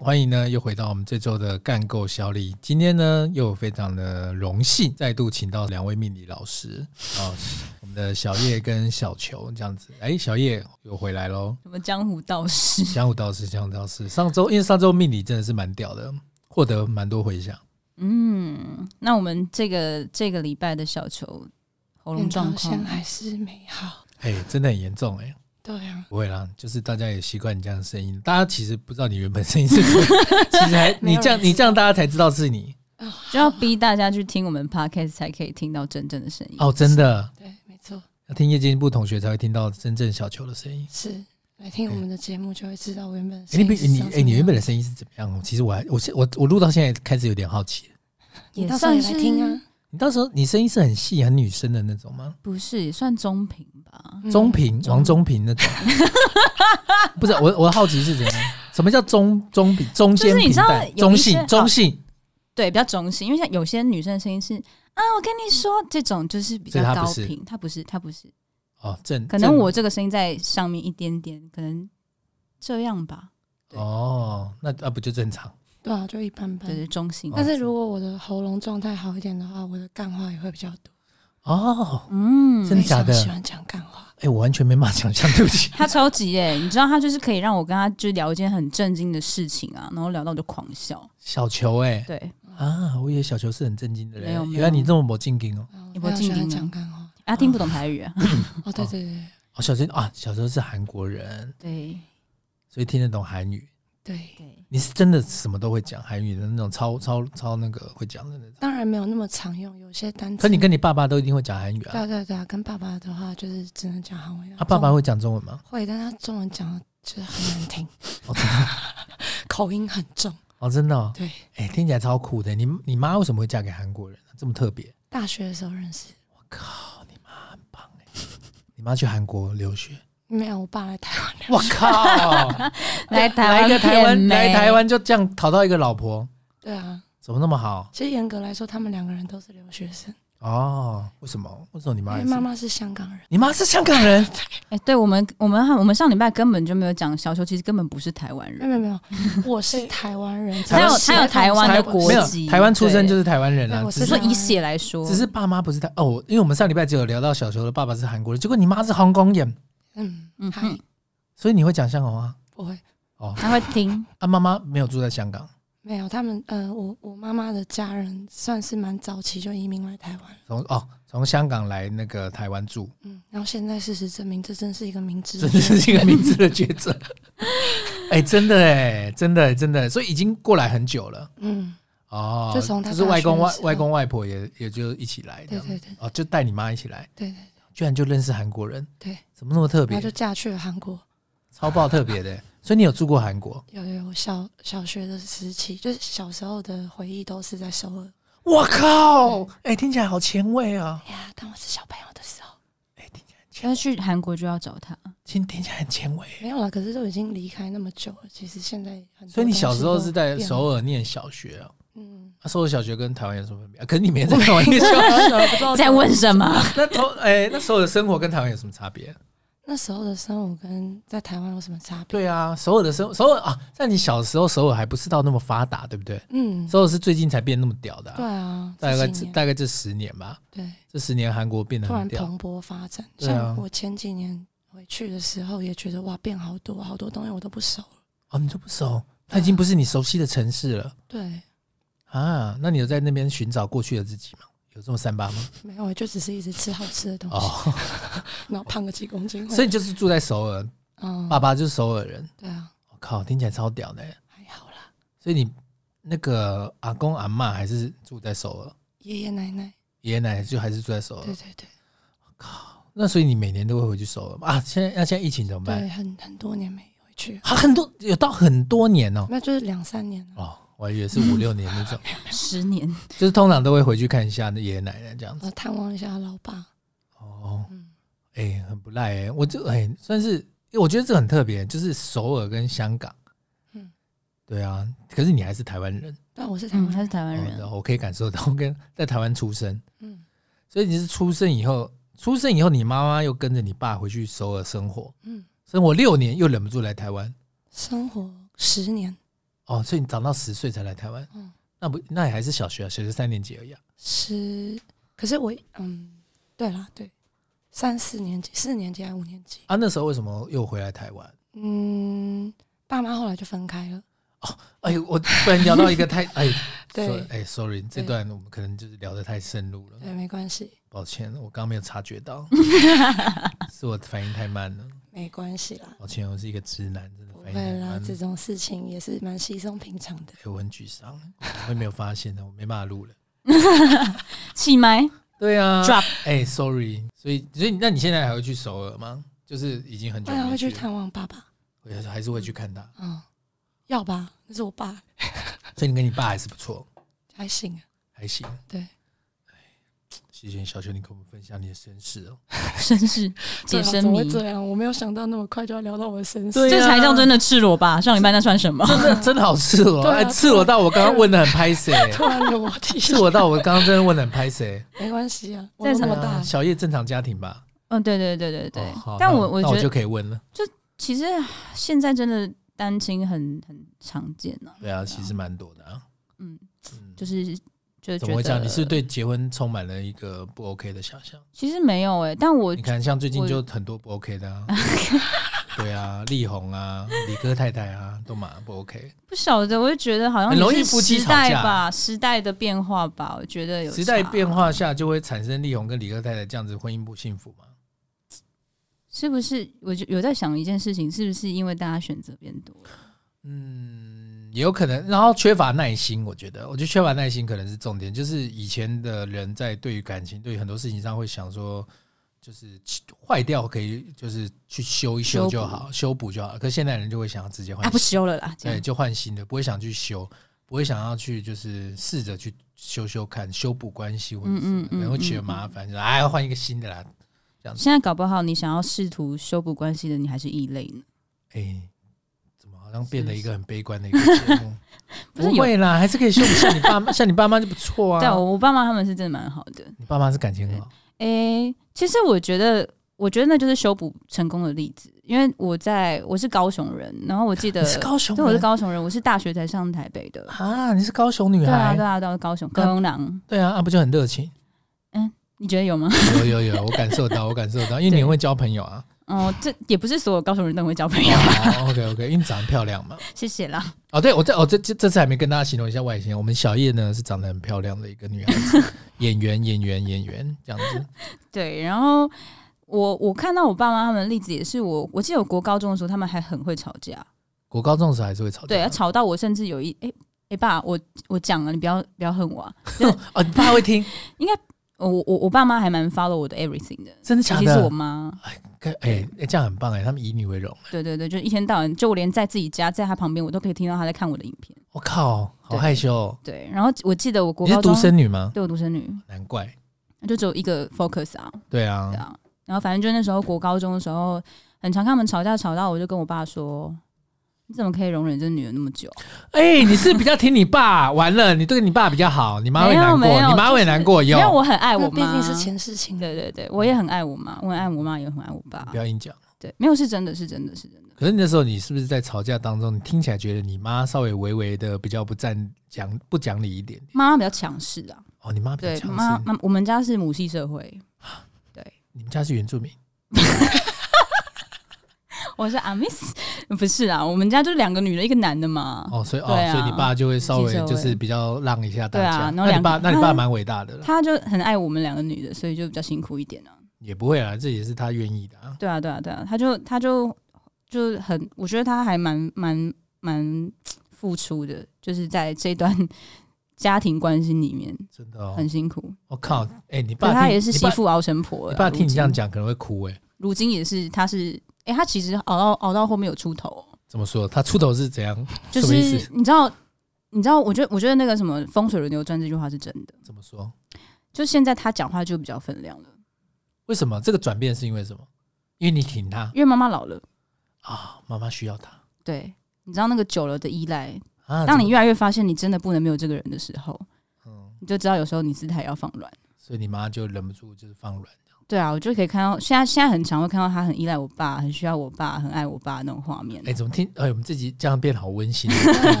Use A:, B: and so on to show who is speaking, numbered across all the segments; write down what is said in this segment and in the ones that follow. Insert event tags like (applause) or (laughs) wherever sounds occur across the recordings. A: 欢迎呢又回到我们这周的干够效力。今天呢又非常的荣幸，再度请到两位命理老师
B: 哦
A: 啊，我们的小叶跟小球这样子。哎，小叶又回来喽，
C: 什么江湖道士？ (laughs)
A: 江湖道士，江湖道士。上周因为上周命理真的是蛮屌的，获得蛮多回响。
C: 嗯，那我们这个这个礼拜的小球喉咙状况，
B: 还是美好。
A: 哎，真的很严重哎、
B: 对啊，
A: 不会啦，就是大家也习惯你这样的声音，大家其实不知道你原本声音是
B: (laughs)
A: 什么，其实还你
B: 没有人
A: 这样你这样大家才知道是你
B: 啊，
C: 就要逼大家去听我们 podcast 才可以听到真正的声音。
A: 哦，真的
B: 对，没错，
A: 要听夜间部同学才会听到真正小球的声音。
B: 是来听我们的节目就会知道我原本的
A: 哎、
B: 声
A: 你
B: 音
A: 你
B: 是
A: 你
B: 长
A: 哎、
B: 什么
A: 你原本的
B: 样
A: 声音是怎么样？其实我还我现我我录到现在开始有点好奇，
B: 你到时候也来听
C: 也算
B: 啊，
A: 你到时候你声音是很细很女生的那种吗？
C: 不是也算中频吧？
B: 嗯
A: 中频王中频那种？ (laughs) 不是我我好奇是怎样？什么叫中中频中间
C: 就是你
A: 平
C: 知道
A: 淡
C: 有一
A: 中
C: 些
A: 性中性？
C: 对，比较中性，因为像有些女生的声音是啊，我跟你说，这种就是比
A: 所
C: 较
A: 以她
C: 高
A: 不是
C: 频，她不是，她不是，
A: 哦，正
C: 可能
A: 正
C: 我这个声音在上面一点点，可能这样吧，对
A: 哦，那那不就正常？
B: 对啊，就一般
C: 对
B: 般。
A: 哦
C: 对，中性。
B: 但是如果我的喉咙状态好一点的话，我的干话也会比较多。
A: 哦，
C: 嗯，
A: 真的假的
B: 非常喜欢讲干话，
A: 哎、我完全没办法想象， (laughs) 对不起。
C: 他超级耶、你知道他就是可以让我跟他就聊一件很震惊的事情啊，然后聊到我就狂笑。
A: 小球哎、
C: 对，
A: 啊，我以为小球是很震惊的人
C: 没有，没有
A: 原来你这么没进京哦。
B: 啊
C: 你
B: 我
C: 不
B: 非常
C: 进
B: 喜欢
C: 京啊
B: 讲干话。
C: 他听不懂台语啊。
B: 哦，对对对
A: 哦，小球啊，小球是韩国人，
C: 对
A: 所以听得懂韩语。
B: 对，
C: 对，
A: 你是真的什么都会讲韩语的那种超超超那个会讲的那种。
B: 当然没有那么常用，有些单词。
A: 可你跟你爸爸都一定会讲韩语
B: 对
A: 啊？
B: 啊对啊对啊，跟爸爸的话就是只能讲韩文。
A: 啊，爸爸会讲中文吗？
B: 会，但他中文讲的就是很
A: (laughs)
B: 难听
A: 哦，
B: 口音很重。
A: 哦，真的、哦，
B: 对，
A: 哎、听起来超酷的。你你妈为什么会嫁给韩国人、啊这么特别？
B: 大学的时候认识，
A: 我靠，你妈很棒哎！你妈去韩国留学，
B: 没有我爸来台湾
A: 我
B: (laughs)
A: 靠，
C: (laughs) 来
A: 来
C: 台
A: 一个
C: 湾
A: 台
C: 骗
A: 湾，来
C: 妹
A: 台，湾就这样讨到一个老婆，
B: 对啊，
A: 怎么那么好？
B: 其实严格来说，他们两个人都是留学生，
A: 哦，为什么？为什么你
B: 因
A: 妈
B: 为
A: 也是？
B: 哎妈妈是香港人。
A: 你妈是香港人？
C: 哎、对我们我们我们上礼拜根本就没有讲小球，其实根本不是台湾
B: 没
C: 人。
B: 有没有没有，
A: (laughs)
B: 我是台湾人，
C: 他有
B: 只是
C: 他有台湾的国
A: 没有
C: 籍，
A: 台湾出生就是台湾人
B: 对
A: 啊，
B: 我
A: 只
C: 只
B: 是
C: 是
A: 是
C: 以血来说，
A: 只是爸妈不是台哦，我因为我们上礼拜只有聊到小球的爸爸是韩国人，结果你妈是韩国人，
B: 嗯
C: 嗯
B: 还
C: 哼
A: 所以你会讲香港话
B: 不会
A: 哦。
C: 他会听。
A: 啊，妈妈没有住在香港，
B: 没有他们呃，我我妈妈的家人算是蛮早期就移民来台湾，
A: 从哦从香港来那个台湾住，
B: 嗯，然后现在事实证明这真是一个明智
A: 真
B: 的
A: 的
B: 决定，
A: 是一个明智的抉择。 (laughs) 哎，真的哎，真的真的，所以已经过来很久了
B: 嗯，
A: 哦。
B: 就从他
A: 是外公
B: 大
A: 外
B: 学的时候
A: 外公外婆也也就一起来这
B: 对
A: 样
B: 对对
A: 哦，就带你妈一起来，
B: 对对，
A: 居然就认识韩国人，
B: 对，
A: 怎么那么特
B: 然
A: 别
B: 后就？嫁去了韩国。
A: 超爆特别的欸。所以你有住过韩国？
B: 有有有小小学的时期，就是小时候的回忆都是在首尔
A: 我靠！哎、听起来好前卫啊！
B: 哎呀。当我是小朋友的时候，
A: 哎、听起来很前
C: 要去韩国就要找他，
A: 听听起来很前卫。
B: 没有啦，可是都已经离开那么久了，其实现在很多
A: 所以你小时候
B: 东西
A: 是
B: 都
A: 在
B: 变了
A: 首，尔念小学啊？
B: 嗯，
A: 啊，首尔小学跟台湾有什么分别、啊？可 (laughs) 是你没在台湾 (laughs) 念小学，啊哦
C: 在问什么？
A: 那头哎、那首尔的生活跟台湾有什么差别？
B: 那时候的生活跟在台湾有什么差别？
A: 对啊，首尔的生首尔啊，在你小时候首尔还不是到那么发达，对不对？
B: 嗯，
A: 首尔是最近才变那么屌的啊、
B: 对啊，
A: 大概
B: 这
A: 这
B: 几年
A: 大概这十年吧，
B: 对，
A: 这十年韩国变得
B: 突
A: 很
B: 然
A: 屌。
B: 蓬勃发展。
A: 对啊
B: 像我前几年回去的时候，也觉得哇，变好多，好多东西我都不熟了。
A: 哦，你都不熟，它已经不是你熟悉的城市了
B: 对，
A: 啊！那你有在那边寻找过去的自己吗？有这么三八吗？
B: 没有，就只是一直吃好吃的东
A: (laughs)
B: 西，
A: 哦，
B: 然后胖个几公斤回来。
A: 所以啊就是住在首尔，
B: 嗯，
A: 爸爸就是首尔人。
B: 对啊，
A: 我靠，听起来超屌的欸。
B: 还好啦。
A: 所以你那个阿公阿嬷还是住在首尔，
B: 爷爷奶奶，
A: 爷爷奶奶就还是住在首尔
B: 对。对对
A: 那所以你每年都会回去首尔吗啊？现在那现在疫情怎么办？
B: 对，很很多年没回去了，
A: 还很多有到很多年哦。
B: 那就是两三年了。
A: 哦，我还以为是五六年那
B: 嗯
A: 种，
C: 十年，
A: 就是通常都会回去看一下那爷爷奶奶这样子。
B: 呃，探望一下老爸，
A: 哦，
B: 嗯，
A: 哎、很不赖哎、我这哎、算是，因为我觉得这很特别，就是首尔跟香港。嗯
B: 嗯，
A: 对啊，可是你还是台湾人。
B: 对啊，我是台
C: 嗯，他
B: 湾
C: 是
B: 人，
C: 台湾
A: 哦
C: 人
A: 对，我可以感受到，我跟在台湾出生，
B: 嗯
A: 所以你是出生以后，出生以后，你妈妈又跟着你爸回去首尔生活，
B: 嗯，
A: 生活六年，又忍不住来台湾。
B: 生活十年，
A: 哦，所以你长到十岁才来台湾，
B: 嗯
A: 那不那也还是小学啊，小学三年级而已啊。
B: 是，可是我嗯，对啦，对，三四年级、四年级还是五年级，
A: 啊，那时候为什么又回来台湾？
B: 嗯，爸妈后来就分开了，
A: 哎呦，我突然聊到一个太 (laughs) 哎，
B: 对
A: sorry，哎，sorry，这
B: 对
A: 段我们可能就是聊得太深入了，
B: 对，没关系，
A: 抱歉，我刚刚没有察觉
B: (laughs)
A: 到，是我反应太慢了，
B: 没关系啦，
A: 抱歉，我是一个直男，真的
B: 不
A: 反应太
B: 会啦，
A: 慢
B: 这
A: 了，
B: 种事情也是蛮稀松平常的。
A: 哎，我很沮丧，我也没有发现的，我没办法录了。
C: 气麦
A: 对啊
C: Drop
A: 哎，sorry，所以所以那你现在还会去首尔吗？就是已经很久
B: 我也
A: 没
B: 哎会去
A: 了
B: 探望爸爸，
A: 我还是还是会去看他，
B: 嗯，要吧，那是我爸，
A: 所以你跟你爸还是不错，
B: 还行啊，
A: 还行。
B: 对
A: 哎，谢谢小秋，你跟我们分享你的身世哦。
C: 绅士解
B: 对啊
C: 身
B: 怎么
C: 迷
B: 会，这样？我没有想到那么快就要聊到我的身世。
A: 对
C: 这
A: 啊
C: 才叫真的赤裸吧？上礼拜那算什么？
B: 啊
A: 真的 (laughs) 真的好赤裸，
B: 对啊啊
A: 哎，
B: 对啊
A: 赤裸到我刚刚问的很拍谁，
B: (laughs) 突
A: (laughs)
B: 然的我提
A: 赤裸到我刚刚真的问的很拍谁。
B: 没关系啊，我
C: 在
B: 那
C: 场
B: 么
A: 对啊
B: 大，
A: 小叶正常家庭吧？
C: 嗯，对对对对对
A: 哦好。
C: 但
A: 那
C: 我我
A: 那我
C: 觉
A: 就
C: 得
A: 可以问了。
C: 其实现在真的单亲很很常见呢。
A: 对啊，其实蛮多的啊。
C: 嗯，
A: 嗯
C: 就是
A: 怎
C: 就觉
A: 么会这样？
C: 得
A: 你是不是对结婚充满了一个不 OK 的想象？
C: 其实没有哎，但我
A: 你看，像最近
C: 我
A: 就很多不 OK
C: (laughs)
A: 的啊。对啊，力宏啊，李哥太太啊，都蛮不 OK。
C: 不晓得，我就觉得好像
A: 很容易
C: 也是
A: 夫妻
C: 时
A: 吵架
C: 代吧，时代的变化吧，我觉得有
A: 时代
C: 差
A: 变，化下，就会产生力宏跟李哥太太这样子婚姻不幸福嘛？
C: 是不是？我就有在想一件事情，是不是因为大家选择变多了？
A: 嗯，也有可能。然后缺乏耐心，我觉得，我觉得缺乏耐心可能是重点。就是以前的人在对于感情、对于很多事情上会想说，就是坏掉可以就是去修一
C: 修
A: 修
C: 补
A: 就好，修补就好。可是现在人就会想要直接换
C: 啊，
A: 新，
C: 不修了啦，这
A: 对，
C: 样
A: 哎就换新的，不会想去修，不会想要去就是试着去修修看，修补关系或者
C: 嗯
A: 是什么的，
C: 嗯嗯
A: 可能会觉得麻烦，就说哎换一个新的啦。
C: 现在搞不好你想要试图修补关系的，你还是异类呢。
A: 哎、怎么好像变得一个很悲观的一个节目？
C: (laughs) 不是有
A: 会啦，还是可以修补。像你
C: (laughs)
A: 爸妈，像你爸妈就不错啊。
C: 对我我爸妈他们是真的蛮好的。
A: 你爸妈是感情很好，
C: 诶、其实我觉得，我觉得那就是修补成功的例子，因为我在我是高雄人，然后我记
A: (laughs)
C: 得
A: 你是高雄
C: 对
A: 人，
C: 我是高雄人，我是大学才上台北的。
A: 啊，你是高雄女
C: 对啊，
A: 孩，
C: 对啊，对啊，高雄
A: 那
C: 高雄狼，
A: 对啊，啊不就很热情？ (laughs)
C: 你觉得有吗？
A: 有有有，我感受到，我感受到，因为你
C: 对
A: 很会交朋友
C: (laughs)
A: 啊。
C: 哦，这也不是所有高雄人都会交朋友，
A: 哦，OK OK，因为你长得漂亮嘛。
C: 谢谢啦。
A: 哦，对，我这哦这这这次还没跟大家形容一下外形。我们小叶呢是长得很漂亮的一个女孩
C: (laughs)
A: 子，演员演员演员这样子。
C: 对，然后我我看到我爸妈他们的例子也是我，我记得我国高中的时候他们还很会吵架，
A: 国高中的时候还是会吵架，
C: 对，啊吵到我甚至有一哎。哎、爸，我我讲了，你不要不要恨我、啊。
A: 哦，你爸会听，
C: 我我我爸妈还蛮 follow 我的 everything 的，
A: 真的假
C: 尤其是我
A: 的？
C: 妈。
A: 可哎哎，这样很棒哎，他们以你为荣。
C: 对对对，就一天到晚，就我连在自己家，在他旁边，我都可以听到他在看我的影片。
A: 我靠，好
C: 对
A: 害羞哦。
C: 对，然后我记得我国
A: 你是
C: 高
A: 独
C: 中，
A: 生女吗？
C: 对我独生女，
A: 难怪。
C: 就只有一个 focus 啊，
A: 对啊
C: 对，啊。然后反正就那时候国高中的时候，很常看他们吵架，吵到我就跟我爸说：“你怎么可以容忍这女人那么久
A: 哎、你是比较听你爸， (laughs) 完了，你对你爸比较好，你妈会难过
C: 没有没，有
A: 你妈会难过？”
C: 因
A: 哟。
C: 为我很爱我
B: 那毕
C: 妈，
B: 竟是前
C: (laughs)
B: 世情人，
C: 对对对，我也很爱我妈，我很爱我妈，也很爱我爸
A: 你。不要硬讲。
C: 对，没有是真的是真的是真的，
A: 可是那时候你是不是在吵架当中，你听起来觉得你妈稍微微微的比较不占讲不讲理一点点？
C: 妈妈比较强势啊，
A: 哦，你妈比较
C: 对，
A: 强
C: 妈
A: 势。
C: 妈我们家是母系社会，
A: 你们家是原住民，
C: 我是阿 miss，不 (laughs) 是啊，我们家就是两个女的，一个男的嘛。
A: 哦，所以哦，
C: 对啊
A: 所以你爸就会稍微
C: 接受欸
A: 就是比较让一下大
C: 对
A: 家。
C: 啊然后
A: 那你
C: 两
A: 爸，
C: 个
A: 那你
C: (laughs)
A: 爸蛮伟大的啦，
C: 他就很爱我们两个女的，所以就比较辛苦一点啊。
A: 也不会啦，这也是他愿意的啊。
C: 对啊，对啊，对啊，他就他就就很，我觉得他还蛮蛮蛮付出的，就是在这段家庭关系里面
A: 真的哦，
C: 很辛苦。
A: 我、靠，哎、你
C: 可
A: 爸
C: 是
A: 听
C: 他也是
A: 你
C: 媳
A: 爸
C: 妇熬成婆了
A: 你
C: 啊。
A: 爸听你
C: 如今
A: 这样，讲可能会哭哎、
C: 如今也是，他是哎，他其实熬到熬到后面有出头哦，
A: 怎么说？他出头是怎样？
C: 就
A: 什么意
C: 是
A: 思？
C: 你知道。你知道，我觉得我觉得那个什么“风水轮流转”这句话是真的。
A: 怎么说？
C: 就现在他讲话就比较分量了，
A: 为什么这个转变是因为什么？因为你挺他
C: 因为妈妈老了。
A: 啊，妈妈需要他
C: 对，你知道那个久了的依赖，
A: 啊。
C: 当你
A: 这个
C: 越来越发现你真的不能没有这个人的时候，
A: 嗯，
C: 你就知道有时候你姿态要放软。
A: 所以你妈就忍不住就是放软这样。
C: 对啊，我就可以看到，现在现在很常会看到他很依赖我爸，很需要我爸，很爱我爸那种画面。
A: 哎，怎么听？哎，我们自己这样变好温馨哦，
C: (laughs)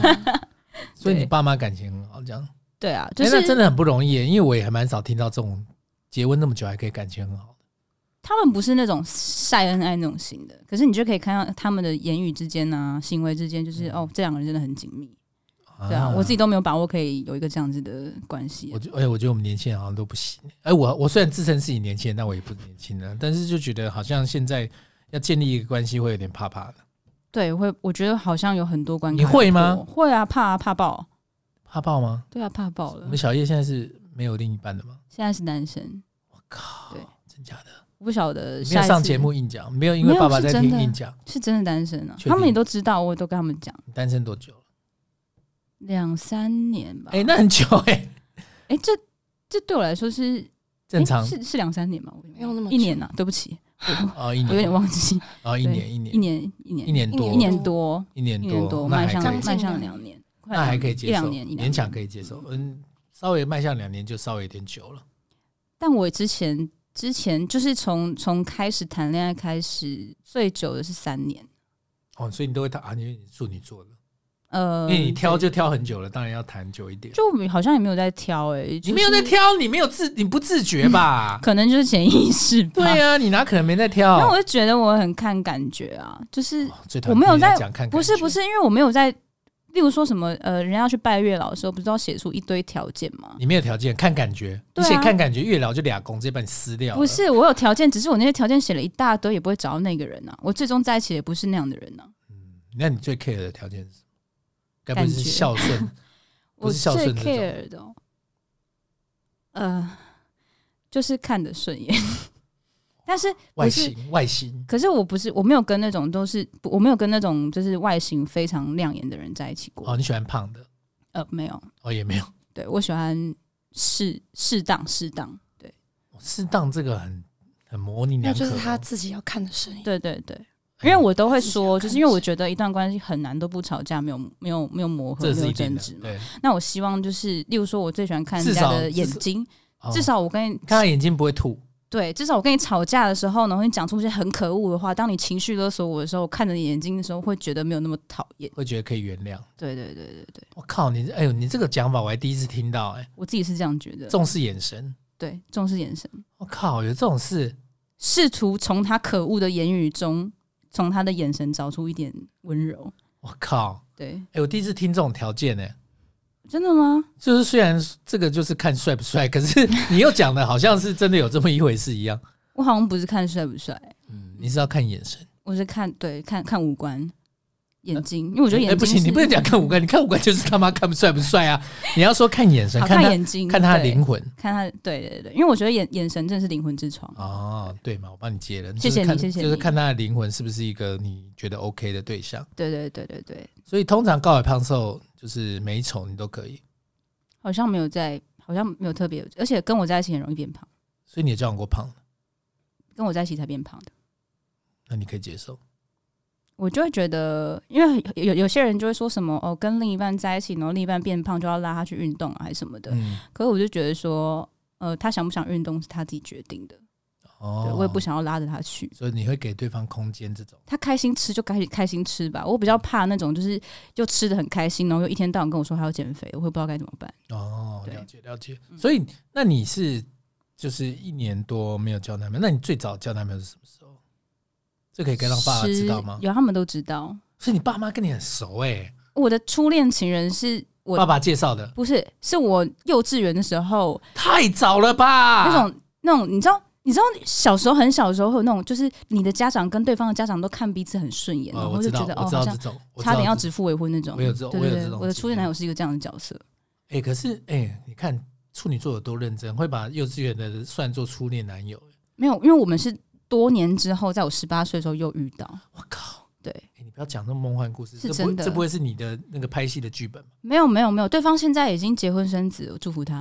A: 所以你爸妈感情很好，这样。
C: 对啊，就
A: 哎，
C: 是、
A: 那真的很不容易耶，因为我也还蛮少听到这种结婚那么久还可以感情很好。
C: 他们不是那种晒恩爱那种型的，可是你就可以看到他们的言语之间啊，行为之间，就是、
A: 嗯
C: 哦，这两个人真的很紧密。对啊，我自己都没有把握可以有一个这样子的关系
A: 我。觉哎、我觉得我们年轻人好像都不行。哎、我我虽然自称自己年轻人，但我也不年轻了，但是就觉得好像现在要建立一个关系会有点怕怕的，
C: 对，会我觉得好像有很多关卡。
A: 你会吗？
C: 会啊，怕啊，怕爆。
A: 怕爆吗？
C: 对啊，怕爆
A: 我
C: 了
A: 们。小叶现在是没有另一半的吗？
C: 现在是单身，
A: 我靠，
C: 对
A: 真假的？
C: 我不晓得
A: 没有
C: 下一
A: 上
C: 次
A: 节目硬讲，没有因为爸爸在
B: 没有是
A: 听
B: 真的
A: 硬讲。
C: 是真的啊单身啊，
A: 确定
C: 他们也都知道，我也都跟他们讲
A: 你单身多久了？
C: 两三年吧。
A: 哎、那很久哎、
C: 哎、这这对我来说是
A: 正常
C: 诶是是两三年吗？我
B: 没有那么久
C: 一年啊，对不起，
A: 哦，一
C: 我有
A: 年
C: 点忘记，
A: 哦，一
C: 对
A: 年一年
C: 一年一年
A: 一年多
C: 一年多，
A: 一年
C: 一年多，
A: 那
C: 迈
A: 还
C: 向
A: 可以
B: 将近
C: 迈向
B: 两
C: 两年，快
A: 那还
C: 两
A: 可以
C: 一
A: 接受，
C: 两年，一两
A: 勉强
C: 年
A: 可以接受。嗯，稍微迈向两年就稍微有点久了。
C: 但我之前之前就是从从开始谈恋爱开始，最久的是三年。
A: 哦，所以你都会谈啊？因为你是处女座的，
C: 呃，
A: 因为你挑
C: 对
A: 就挑很久了，当然要谈久一点。
C: 就好像也没有在挑哎、欸，就
A: 你没有在
C: 是，
A: 挑，你没有自，你不自觉吧？
C: 可能就是潜意识吧。
A: 对啊呀、你哪可能没在挑？
C: 嗯那我就觉得我很看感觉啊，就是
A: 哦最讨厌
C: 我没有
A: 听人家
C: 在
A: 讲看，
C: 不是不，是，因为我没有在，例如说什么呃，人家要去拜月老的时候，不是都要写出一堆条件吗？
A: 你没有条件，看感觉，
C: 对啊
A: 你写看感觉，月老就俩公直接把你撕掉了。
C: 不是，我有条件，只是我那些条件写了一大堆，也不会找到那个人啊。我最终在一起也不是那样的人啊。
A: 嗯，那你最 care 的条件是什么？该不会是
C: 感觉
A: 孝
C: (laughs)
A: 顺？不
C: 我
A: 是孝
C: 最
A: 顺这种
C: care 的哦、呃，就是看得顺眼， (laughs) 但是
A: 外
C: 不是
A: 形，外形，
C: 可是我不是，我没有跟那种都是，不我没有跟那种就是外形非常亮眼的人在一起过。
A: 哦，你喜欢胖的，
C: 呃，没有，
A: 哦，也没有，
C: 对我喜欢适适当适当，对
A: 哦适当这个很很模棱
B: 那
A: 两可
B: 就
A: 哦。
B: 是他自己要看的声音。
C: 对对对。
A: 哎，
C: 因为我都会说，就
B: 自己要看
C: 是因为我觉得一段关系很难都不吵架，没有没有没有磨合，
A: 这
C: 没
A: 是
C: 有
A: 一定
C: 争
A: 的
C: 执，嘛。
A: 对，
C: 那我希望就是，例如说，我最喜欢看人
A: 至
C: 家
A: 少
C: 的眼睛，
A: 哦
C: 至少我跟你
A: 看他眼睛不会吐。
C: 对，至少我跟你吵架的时候呢，会讲出一些很可恶的话。当你情绪勒索我的时候，我看着你眼睛的时候，会觉得没有那么讨厌。
A: 会觉得可以原谅。
C: 对对对对对，
A: 我靠，你这哎呦，你这个讲法我还第一次听到、哎，
C: 我自己是这样觉得。
A: 重视眼神。
C: 对，重视眼神，
A: 我靠，有这种事？
C: 试图从他可恶的言语中，从他的眼神找出一点温柔。
A: 我靠，
C: 对，
A: 哎、我第一次听这种条件呢、哎
C: 真的吗？
A: 就是虽然这个就是看帅不帅， (laughs) 可是你又讲的好像是真的有这么一回事一样。
C: 我好像不是看帅不帅，
A: 嗯，你是要看眼神。
C: 我是看对看看五官。眼睛，因为我觉得眼
A: 哎
C: 睛、
A: 不行，你不能讲看五官，你看五官就是他妈看帅不帅啊！你要说看眼神，
C: 好
A: 看他
C: 眼睛，
A: 看他的
C: 对
A: 灵魂。
C: 看他，对对对，因为我觉得眼眼神真的是灵魂之窗。
A: 哦，对嘛，我帮你接了，就
C: 谢谢
A: 是
C: 你
A: 看
C: 谢谢
A: 就是
C: 你
A: 看他的灵魂是不是一个你觉得 OK 的对象。
C: 对对对对对，
A: 所以通常高矮胖瘦就是美丑你都可以，
C: 好像没有在，好像没有特别，而且跟我在一起很容易变胖，
A: 所以你也交往过胖的，
C: 跟我在一起才变胖的。
A: 那你可以接受。
C: 我就会觉得，因为有有有些人就会说什么哦，跟另一半在一起，然后另一半变胖就要拉他去运动啊，还是什么的。
A: 嗯，
C: 可是我就觉得说，呃，他想不想运动是他自己决定的，
A: 哦
C: 对我也不，想要拉着他去。
A: 所以你会给对方空间这种。
C: 他开心吃就开开心吃吧，我比较怕那种就是又吃的很开心，然后又一天到晚跟我说他要减肥，我会不知道该怎么办。
A: 哦，
C: 对
A: 了解了解。所以那你是就是一年多没有交男朋友，那你最早交男朋友是什么时候？这可以跟让爸爸知道吗
C: 是？有，他们都知道。
A: 所以你爸妈跟你很熟哎、
C: 我的初恋情人是我
A: 爸爸介绍的，
C: 不是，是我幼稚园的时候、
A: 太早了吧？
C: 那种那种，你知道。你知道小时候很小的时候会有那种，就是你的家长跟对方的家长都看彼此很顺眼，
A: 哦，
C: 然
A: 我
C: 后
A: 知
C: 就
A: 道
C: 觉，得哦，
A: 我知道这
C: 好像
A: 种，我知道
C: 差点要
A: 这种
C: 指腹为婚那种。
A: 我有这种
C: 对
A: 我
C: 对
A: 有这
C: 对，
A: 种
C: 我的初
A: 经验
C: 恋男友是一个这样的角色。
A: 哎、可是哎、你看处女座有多认真，会把幼稚园的算作初恋男友。
C: 没有，因为我们是多年之后，在我十八岁的时候又遇到。
A: 我靠！
C: 对，
A: 哎你不要讲那么梦幻故事，这
C: 是
A: 不
C: 真的
A: 这不会是你的那个拍戏的剧本吗？
C: 没有没有没有，对方现在已经结婚生子，我祝福他。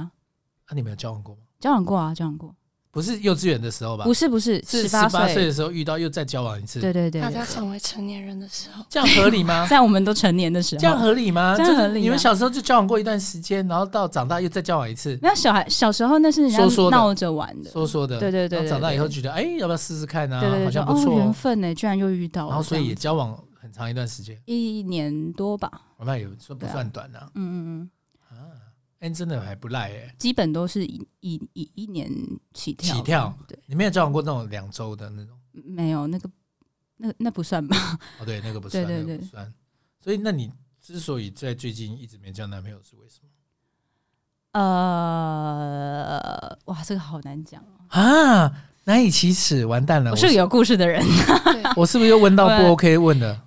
A: 啊，你们有交往过吗？
C: 交往过啊，交往过。
A: 不不是幼稚园的时候吧？
C: 不是不是，
A: 是
C: 十
A: 十
C: 八
A: 八岁的时候遇到，又再交往一次，
C: 对对对，
B: 大家
C: 对
B: 成为成年人的时
C: (laughs)
B: 候，
A: 这样合理吗？
C: 在我们都成年的时候，
A: 这样合理吗？
C: 这样合理啊
A: 就是你们小时候就交往过一段时间，然后到长大又再交往一次，
C: 没有小孩小时候那是人
A: 说
C: 家
A: 说的
C: 闹着玩的，
A: 说说的。
C: 对对对
A: 然后
C: 对
A: 长大以后
C: 对
A: 觉得，哎，要不要试试看啊？
C: 对对
A: 好
C: 对，就
A: 像不
C: 哦
A: 错
C: 缘
A: 哦。
C: 分呢，居然又遇到了，
A: 然后所以也
C: 这
A: 交
C: 样
A: 往很长一段时间，
C: 一年多吧，
A: 那也说不
C: 对啊
A: 算短啊。
C: 嗯嗯嗯，
A: 啊，哎，真的还不赖哎。
C: 基本都是一一一一年起跳的，
A: 起跳
C: 对，
A: 你没有交往过那种两周的那种？
C: 没有那个那那不算吧。
A: 哦，对，那个不算，
C: 对对
A: 那个不
C: 对
A: 算。所以，那你之所以在最近一直没交男朋友，是为什么
C: 呃，哇，这个好难讲哦。
A: 啊？难以启齿，完蛋了！
C: 我
A: 我
C: 是个
A: 是
C: 有故事的人，
B: 对，
A: 我是不是又问到不
C: 我
A: OK 问的？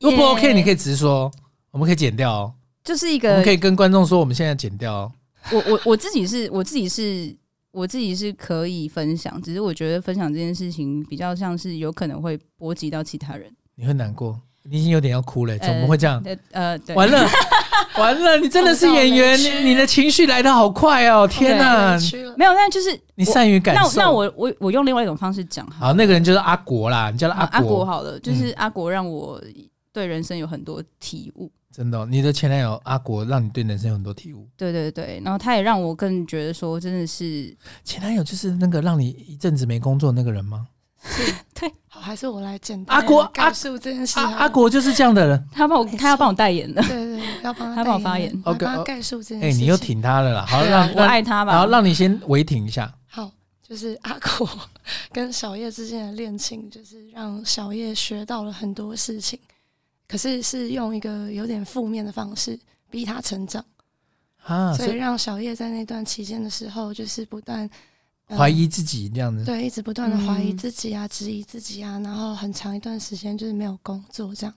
A: 如果不
C: 也
A: OK，你可以直说，我们可以剪掉哦。
C: (laughs) 就是一
A: 我们
C: 个
A: 可以跟观众说，我们现在剪掉哦。
C: (laughs) 我我我自己是我自己是我自己是可以分享，只是我觉得分享这件事情比较像是有可能会波及到其他人。
A: 你会难过，你已经有点要哭了，
C: 呃
A: 怎么会这样？
C: 呃呃，对，
A: 完了， (laughs) 完了！你真的是演员，
B: 痛到委屈
A: 你你的情绪来的好快哦！天哪
B: 委，屈了，
C: 没有，那就是
A: 你
C: 我
A: 善于感
C: 那
A: 受。
C: 那我我我用另外一种方式讲好
A: 好，
C: 了，
A: 那个人就是阿国啦，你叫他
C: 好哦阿
A: 国嗯
C: 国好了，就是阿国让我对人生有很多体悟。
A: 真的哦、你的前男友阿国让你对人生有很多体悟。
C: 对对对，然后他也让我更觉得说，真的是
A: 前男友就是那个让你一阵子没工作的那个人吗？
B: 是，
C: 对，
B: 好，还是我来简
A: 阿
B: 单地
A: 国阿
B: 概述这件事
A: 阿
B: 好了。
A: 阿国就是这样的人。
C: 他帮我，
B: 没错
C: 他要帮我代言的，
A: (laughs)
B: 对，对对，要帮
C: 他帮我发言
B: 我
A: OK，
B: 帮他
A: 哦
B: 概述这件
A: 哎、
B: 事情。
A: 你又挺他了啦。好，
C: 对啊
A: 让
C: 我
A: 让，
C: 爱他
A: 然后
C: 吧。
A: 让你先违停一下。
B: 好，就是阿国 (laughs) 跟小叶之间的恋情，就是让小叶学到了很多事情，可是是用一个有点负面的方式逼他成长，
A: 啊，
B: 所
A: 所
B: 以
A: 以
B: 让小叶在那段期间的时候，就是不断呃
A: 怀疑自己这样子。
B: 对，一直不断的怀疑
C: 嗯
B: 自己啊，质疑自己啊，然后很长一段时间就是没有工作，这样。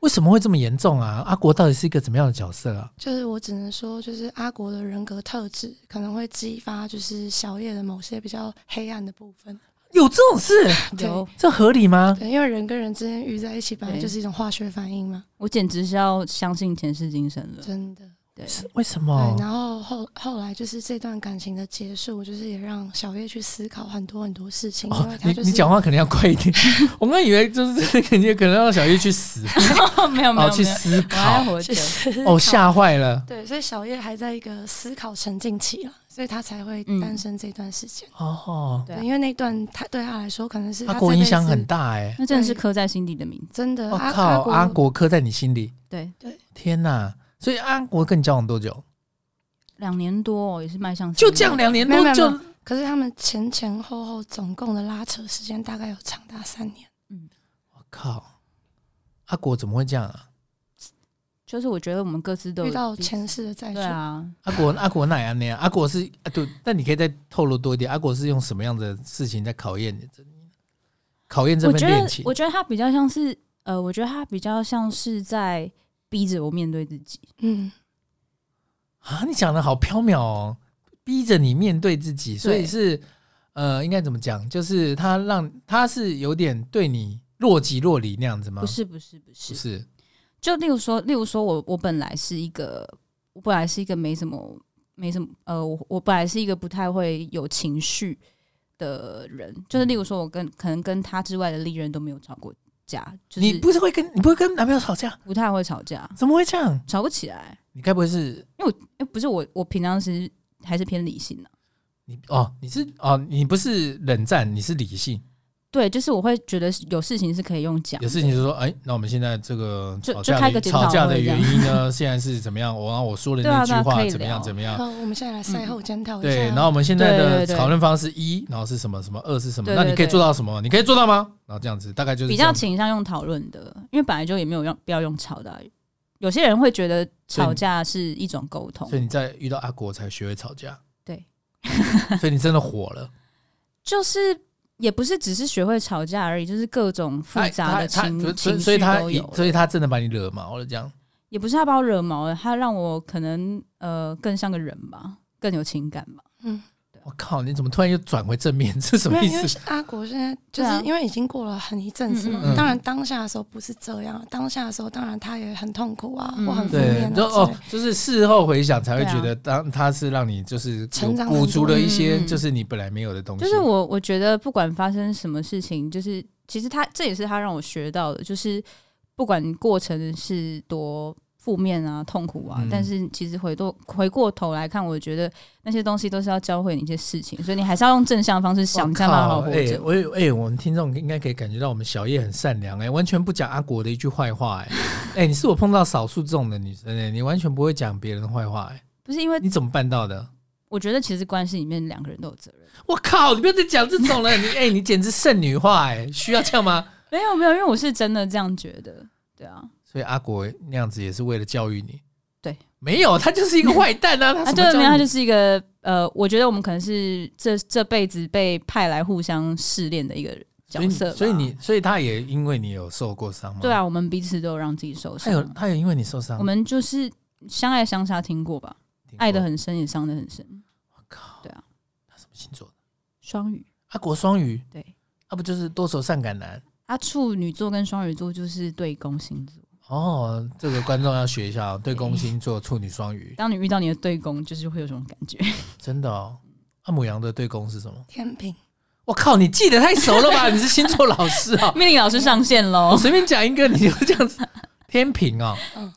A: 为什么会这么严重啊？阿国到底是一个怎么样的角色啊？
B: 就是我只能说，就是阿国的人格特质可能会激发，就是小叶的某些比较黑暗的部分。
A: 有这种事？
B: 对
C: 有，
A: 这合理吗？
B: 对，因为人跟人之间遇在一起，本来
C: 对
B: 就是一种化学反应嘛，
C: 我简直是要相信前世今生了。
B: 真的。
C: 对，
A: 是为什
B: 对
A: 么，？
B: 然后后后来就是这段感情的结束，就是也让小叶去思考很多很多事情，因为
A: 哦你
B: 他就是
A: 你讲话可能要快一点。我刚以为就是肯定可能让小叶去死，
C: (laughs) 没有没
A: 哦，
C: 有
A: 去
C: 没有，
A: 思
C: 我还
A: 考。
C: 活着
B: 去。思
A: 哦，
B: 考
A: 吓坏了。
B: 对，所以小叶还在一个思考沉浸期了，所以他才会
C: 嗯
B: 单身这段时间。
A: 哦，
C: 对啊
B: 对，因为那段他对他来说可能是
A: 阿
B: 他
A: 国
B: 这
A: 影
B: 辈
A: 响
B: 子
A: 很大哎。
C: 那真的是刻在心底的名字。
B: 真的
A: 我
B: 阿
A: 靠，阿
B: 阿国
A: 国刻在你心里。
C: 对，
A: 天呐！所以阿国跟你交往多久？
C: 两年多哦，也是迈向
A: 就
C: 三
A: 这样
C: 年
A: 两年
B: 没有没
A: 多
B: 有
A: 就
B: 没可是他们前前后后总共的拉扯时间大概有长达三年。
A: 靠！阿国怎么会这样啊？
C: 就是我觉得我们各自都有
B: 遇到
C: 彼此
B: 前世的债主，
C: 对啊，
A: 阿国阿国哪样那样？阿国是啊对，但你可以再透露多一点，阿国是用什么样的事情在考验你？考验这
C: 我
A: 份
C: 觉
A: 恋
C: 得
A: 情
C: 我觉得他比较像是呃，我觉得他比较像是在逼着我面对自己。
B: 嗯，
A: 啊！你讲的好缥缈哦，逼着你面对自己，所以
C: 对
A: 是呃，应该怎么讲？就是他让他是有点对你若即若离那样子吗？
C: 不，是不是不
A: 不
C: 是，
A: 是
C: 就例如说，例如说我我本来是一个，我本来是一个没什么没什么呃，我我本来是一个不太会有情绪的人，就是例如说我跟可能跟他之外的历任都没有吵过架，就
A: 你
C: 是
A: 不是会跟你不会跟男朋友吵架？
C: 不太会吵架，
A: 怎么会这样？
C: 吵不起来。
A: 你该不会是
C: 哎，不是我，我平常时还是偏理性的、
A: 你哦，你是哦，你不是冷战，你是理性，
C: 对，就是我会觉得是有事情是可以用讲的
A: 有，事情就说，哎，那我们现在这个
C: 就
A: 吵
C: 就
A: 架
C: 开
A: 的
C: 个检讨
A: 吵架的
C: 会这
A: 原
C: 样
A: 因呢，现在是怎么样？我然后我说了
C: 对啊
A: 那句
C: 对啊
A: 话
C: 可以
A: 怎么
C: 聊
A: 样怎么
B: 然
A: 样？
B: 后我们现在来赛后检讨一下哦。
A: 对，然后我们现在的
C: 对对对
A: 讨论方式一，然后是什么什么，二是什么？
C: 对
A: 那你
C: 对
A: 可以
C: 对
A: 做到什么？你可以做到吗？然后这样子，大概就是
C: 比
A: 这
C: 较
A: 样
C: 倾向用讨论的，因为本来就也没有用不要用吵的啊、有些人会觉得
A: 所以
C: 吵
A: 你
C: 架是一种沟通
A: 所，以你在遇到阿国才学会吵
C: (laughs)
A: 架，
C: 对，
A: 所以你真的火了。
C: 就是也不是只是学会吵架而已，就是各种复
A: 他
C: 杂的
A: 他他所以
C: 情情
A: 所以
C: 绪
A: 他
C: 都有了。
A: 所以他真的把你惹毛了，这样。
C: 也不是他把我惹毛了，他让我可能呃更像个人吧，更有情感吧。
B: 嗯，
C: 对
A: 我靠，你怎么突然又转回正面？ (laughs) 这什么
B: 没
A: 意
B: 有，因为
A: 思？
B: 是阿国现在就
C: 对啊
B: 是因为已经过了很一阵子嘛，
C: 嗯
A: 嗯嗯
B: 当然当下的时候不是这样，啊当下的时候当然他也很痛苦啊，
C: 嗯
B: 或很负
A: 对
B: 面，啊
A: 就
B: 之类
A: 哦，就是事后回想才会
C: 对啊
A: 觉得，当他是让你就是有
B: 成长很
A: 补足了一些，
C: 多嗯
A: 就是你本来没有的东西。
C: 就是我我觉得不管发生什么事情，就是其实他这也是他让我学到的，就是不管过程是多负面啊、痛苦啊，
A: 嗯
C: 但是其实回过回过头来看，我觉得那些东西都是要教会你一些事情，所以你还是要用正向方式想，你才能好
A: 靠
C: 好活
A: 哎、
C: 着。
A: 我有哎、我们听众应该可以感觉到我们小叶很善良哎、完全不讲阿国的一句坏话哎、 (laughs) 哎、你是我碰到少数这种的女生哎、你完全不会讲别人的坏话哎、
C: 不是因为
A: 你怎么办到的？
C: 我觉得其实关系里面两个人都有责任，
A: 我靠！你不要再讲这种
C: (laughs)
A: 了，你哎、你简直剩女化哎、需要这样吗？
C: 没有没有，因为我是真的这样觉得，对啊，
A: 所以阿国那样子也是为了教育你。
C: 对，
A: 没有，他就是一个坏蛋啊！他
C: 啊，
A: 什么
C: 对
A: 教，育
C: 没有，他就是是一个呃，我觉得我们可能是这这辈子被派来互相试炼的一个角色吧
A: 所以你，所以他也因为你有受过伤吗？哎
C: 对，啊，我们彼此都有让自己受
A: 他
C: 伤
A: 有
C: 啊。
A: 他有因为你受伤，
C: 我们就是相爱相杀，听过吧？
A: 听过
C: 爱的，很深，也伤的很深。
A: 我靠，
C: 对啊，
A: 他什么星座的？
C: 双鱼，
A: 阿国双鱼，
C: 对，
A: 啊不就是多愁善感男？
C: 啊，处女座跟双鱼座就是对宫星座。
A: 哦，这个观众要学一下
C: (laughs)
A: 哦，对宫星座处女双鱼，
C: 当你遇到你的对宫，就是会有这种感觉。 (laughs)
A: 真的哦。阿母羊的对宫是什么？
B: 天平，
A: 我靠，你记得太熟了
C: (laughs)
A: 吧？你是星座老师啊、
C: 命令老师上线喽
A: 我！随便讲一个，你就这样
C: (laughs)
A: 子。天平哦，嗯
B: 嗯，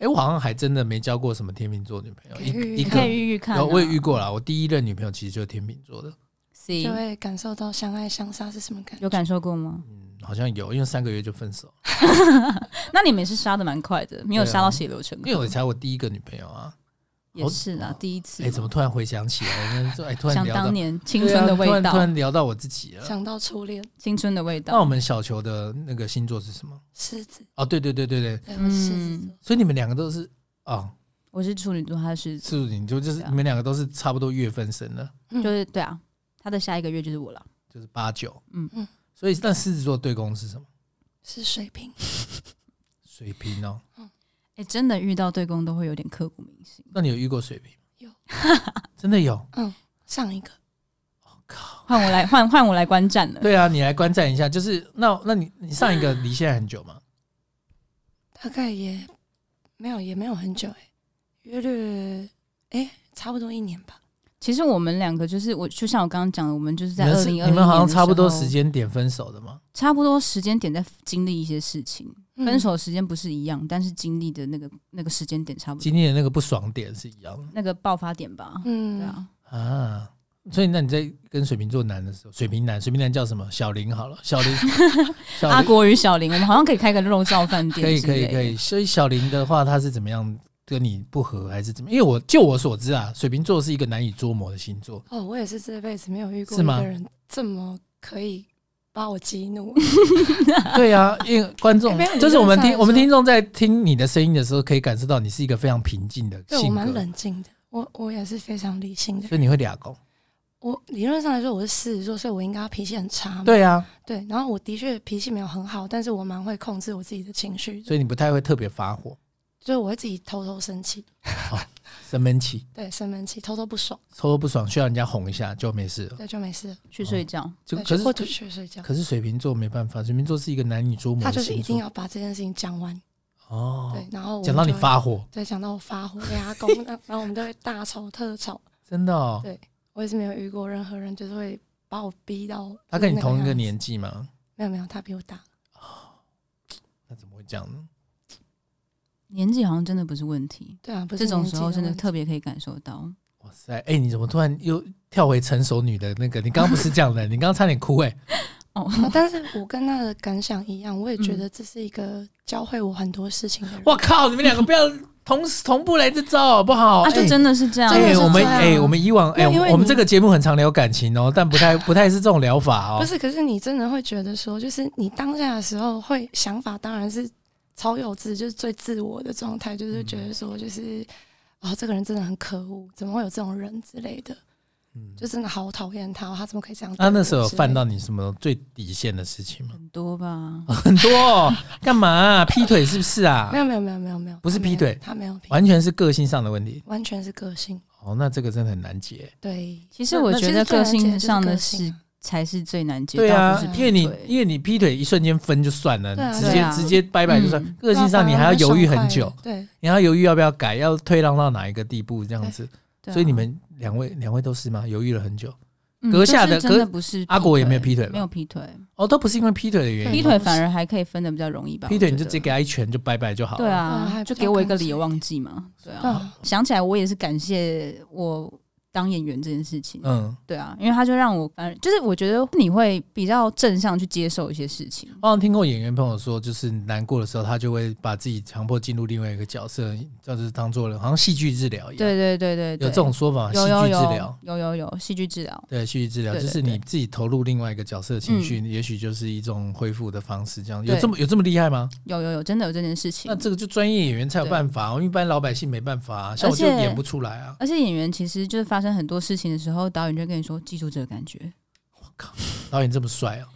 A: 哎、我好像还真的没交过什么天秤座女朋友，
B: 可以遇
A: 一一
C: 你可以
A: 个
C: 遇遇看、啊，
A: 有我也遇过啦。我第一任女朋友其实就是天秤座的，
C: C，
B: 就会感受到相爱相杀是什么感觉。
C: 嗯有感受过吗？
A: 嗯，好像有，因为三个月就分手，
C: 那你们是杀的蛮快的，没有杀到血流成
A: 啊因为
C: 河。
A: 我才我第一个女朋友啊。
C: 也是啊，第一次
A: 哎、
C: 嘛。
A: 怎么突然回想起来？我们
C: (laughs)
A: 就哎、突然
C: 想
A: 聊到
C: 当年青春的味
A: 对啊突然突
C: 道，
A: 然聊到我自己了。
B: 想到初恋，
C: 青春的味
A: 那我
C: 道。
A: 们小球的那个星座是什么？
B: 狮子，
A: 哦，对对对对对，
B: 对，
C: 嗯
B: 我是狮子座，
A: 所以你们两个都是哦，
C: 我是处女座，他是
A: 是不是？你就就是
C: 对啊
A: 你们两个都是差不多月份生的，
B: 嗯
C: 就是对啊，他的下一个月就是我了。
A: 就是八九，嗯
C: 嗯
A: 嗯
B: 嗯。
A: 所以那狮子座对宫是什么？
B: 是水瓶，
A: 水瓶哦，
C: 哎、真的遇到对公都会有点刻骨铭心。
A: 那你有遇过水瓶？
B: 有，
A: (laughs) 真的有。
B: 上一个
A: 靠，
C: 换我来，换换我来观战了。
A: 对啊，你来观战一下，就是那那你你上一个离现在很久吗？
B: 大概也没有也没有很久、哎，约略哎差不多一年吧，
C: 其实我们两个就是我，就像我刚刚讲的，我们就是在
A: 你们
C: 二
A: 是
C: 零二
A: 你们好像差不多时
C: 时，
A: 间点分手的嘛？
C: 差不多时间点在经历一些事情。
B: 嗯
C: 分手时间不是一样，但是经历的那个那个时间点差不多，
A: 经历的那个不爽点是一样
C: 那个爆发点吧。
B: 嗯
C: 对，啊，
A: 的啊。所以那你在跟水瓶座男的时候，水瓶男，水瓶男叫什么？小林好了，小
B: (laughs)
A: 林，
B: 嗯
A: 小
C: 阿
A: 林
C: 国与小林，我们好像可以开个肉燥饭店。
A: 可以可以可以。。所以小林的话，他是怎么样跟你不合，还是怎么？因为我就我所知啊，水瓶座是一个难以捉摸的星
B: (laughs)
A: 座。
B: 哦，我也是这辈子没有遇过
A: 是
B: 一
A: 吗
B: 个人这么可以把我
A: (laughs)
B: 激怒。
A: 对啊，因为观众
B: 哎没有
A: 就是我们
B: 你
A: 听
B: 这样上来说
A: 我们听众在听你的声音的时候，可以感受到你是一个非常平静的
B: 对我
A: 性
B: 蛮
A: 格，
B: 冷静的，我我也是非常理性的。
A: 所以你会俩攻。
B: 我理论上来说我是狮子座，所以我应该脾气很差嘛。
A: 对啊，
B: 对，然后我的确脾气没有很好，但是我蛮会控制我自己的情绪的，
A: 所以你不太会特别发火、
B: 所以我会自己偷偷生气，
A: 生闷气、
B: 对，生闷气，偷偷不爽，
A: 偷偷不爽，需要人家哄一下就没事了。
B: 对，就没事了。
C: 去睡觉，
A: 就
B: 对
A: 可
B: 就或
A: 是
B: 者去睡觉，
A: 可是水瓶座没办法，水瓶座是一个难以捉摸
B: 他
A: 的
B: 就是一
A: 星
B: 定
A: 座。
B: 要把这件事情讲完。
A: 哦，
B: 对，然后我
A: 讲
B: 们
A: 到你
B: 就会，
A: 发火，
B: 对，讲到我发火压攻，然后我们就会大吵特吵。
A: 真的哦。
B: 对我也是没有遇过任何人就是会把我逼到。
A: 他跟你同一个
B: 样子
A: 年纪吗？
B: 没有没有，他比我大。
A: 那怎么会这样呢？
C: 年纪好像真的不是问题。
B: 对啊，不是
C: 这种时候
B: 年纪
C: 真的
B: 问题
C: 特别可以感受到，
A: 哇塞，哎、你怎么突然又跳回成熟女的那个？你刚刚不是这
B: (laughs)
A: 样的，你刚刚差点哭哎、
C: 哦，
B: 啊但是我跟他的感想一样，我也觉
C: 嗯
B: 得这是一个教会我很多事情的人。
A: 我靠，你们两个不要同时 (laughs) 同步来这招好不好？
C: 啊，就
A: 哎
C: 真的是这样。
B: 真的
A: 哎、
B: 是
A: 我们
B: 这样啊
A: 哎、我们以往哎、
B: 没有因为
A: 我们
B: 你
A: 这个节目很常聊感情哦，但不太不太是这种疗法哦
B: 不。是，可是你真的会觉得说，就是你当下的时候会想法当然是超幼稚，就是最自我的状态，就是觉得
A: 嗯
B: 说，就是哦，这个人真的很可恶，怎么会有这种人之类的，
A: 嗯，
B: 就真的好讨厌他，他怎么可以这样对
A: 啊那
B: 我之
A: 那时
B: 类的？
A: 候有犯到你什么最底线的事情吗？
C: 很
A: (laughs)
C: 多吧，
A: 很多、哦，干嘛啊、劈腿是不是啊
B: 没？有没有没有没有没有，
A: 不是
B: 他没有
A: 劈腿
B: 他没有劈腿，
A: 完全是个性上的问题
B: 完全是个性。
A: 哦，那这个真的很难解。
B: 对，
C: 其实我觉得个性上的事
B: 事，就是个性啊
C: 才是最难解，
A: 对
C: 倒
A: 啊
C: 不是，
A: 因为你
C: 劈腿
A: 因为你劈腿一瞬间分就算了，
B: 对啊
A: 你直
C: 对
A: 接
C: 啊
A: 直接拜拜就算
C: 嗯。
A: 个性上你还要犹豫很久，
B: 对啊，
A: 你还要犹豫要不要改，要退让到哪一个地步这样子。
C: 对啊
A: 所以你们两位两位都是吗？犹豫了很久，
C: 嗯
A: 阁下
C: 就是
A: 的
C: 真
A: 阁
C: 的不是
A: 阿国也没有劈腿吧
C: 没有劈腿，
A: 哦，都不是因为劈腿的原
B: 对
C: 劈
A: 因。
C: 腿反而还可以分的比较容易吧。
A: 劈腿
C: 我
A: 你就
C: 觉得
A: 直接给他一拳就拜拜就好了。
C: 对
B: 嗯
C: 啊，
B: 还
C: 就
B: 比
C: 给
B: 较
C: 我一个
B: 干脆
C: 理由
B: 一
C: 忘
B: 点
C: 记嘛。对
B: 对
C: 啊，
B: 啊，
C: 想起来我也是感谢我当演员这件事情。
A: 嗯，
C: 对啊，因为他就让我反正就是我觉得你会比较正向去接受一些事情。
A: 我好像听过演员朋友说，就是难过的时候，他就会把自己强迫进入另外一个角色，就是当做了好像戏剧治疗一样。
C: 对对对对对，
A: 啊有这种说法，戏
C: 有有
A: 剧治
C: 有
A: 疗。
C: 有有有戏剧治疗，
A: 对，戏剧治疗
C: 对
A: 就
C: 对
A: 是你自己投入另外一个角色的情绪，
C: 嗯
A: 也许就是一种恢复的方式。这样有
C: 对
A: 这么有这么厉害吗？
C: 有有有真的有这件事情
A: 那。这个就专业演员才有办法、哦，一般老百姓没办法、啊，像我就
C: 而且
A: 演不出来啊。
C: 而且演员其实就是发生很多事情的时候，导演就跟你说：“记住这个感觉。
A: 导演这么帅啊，”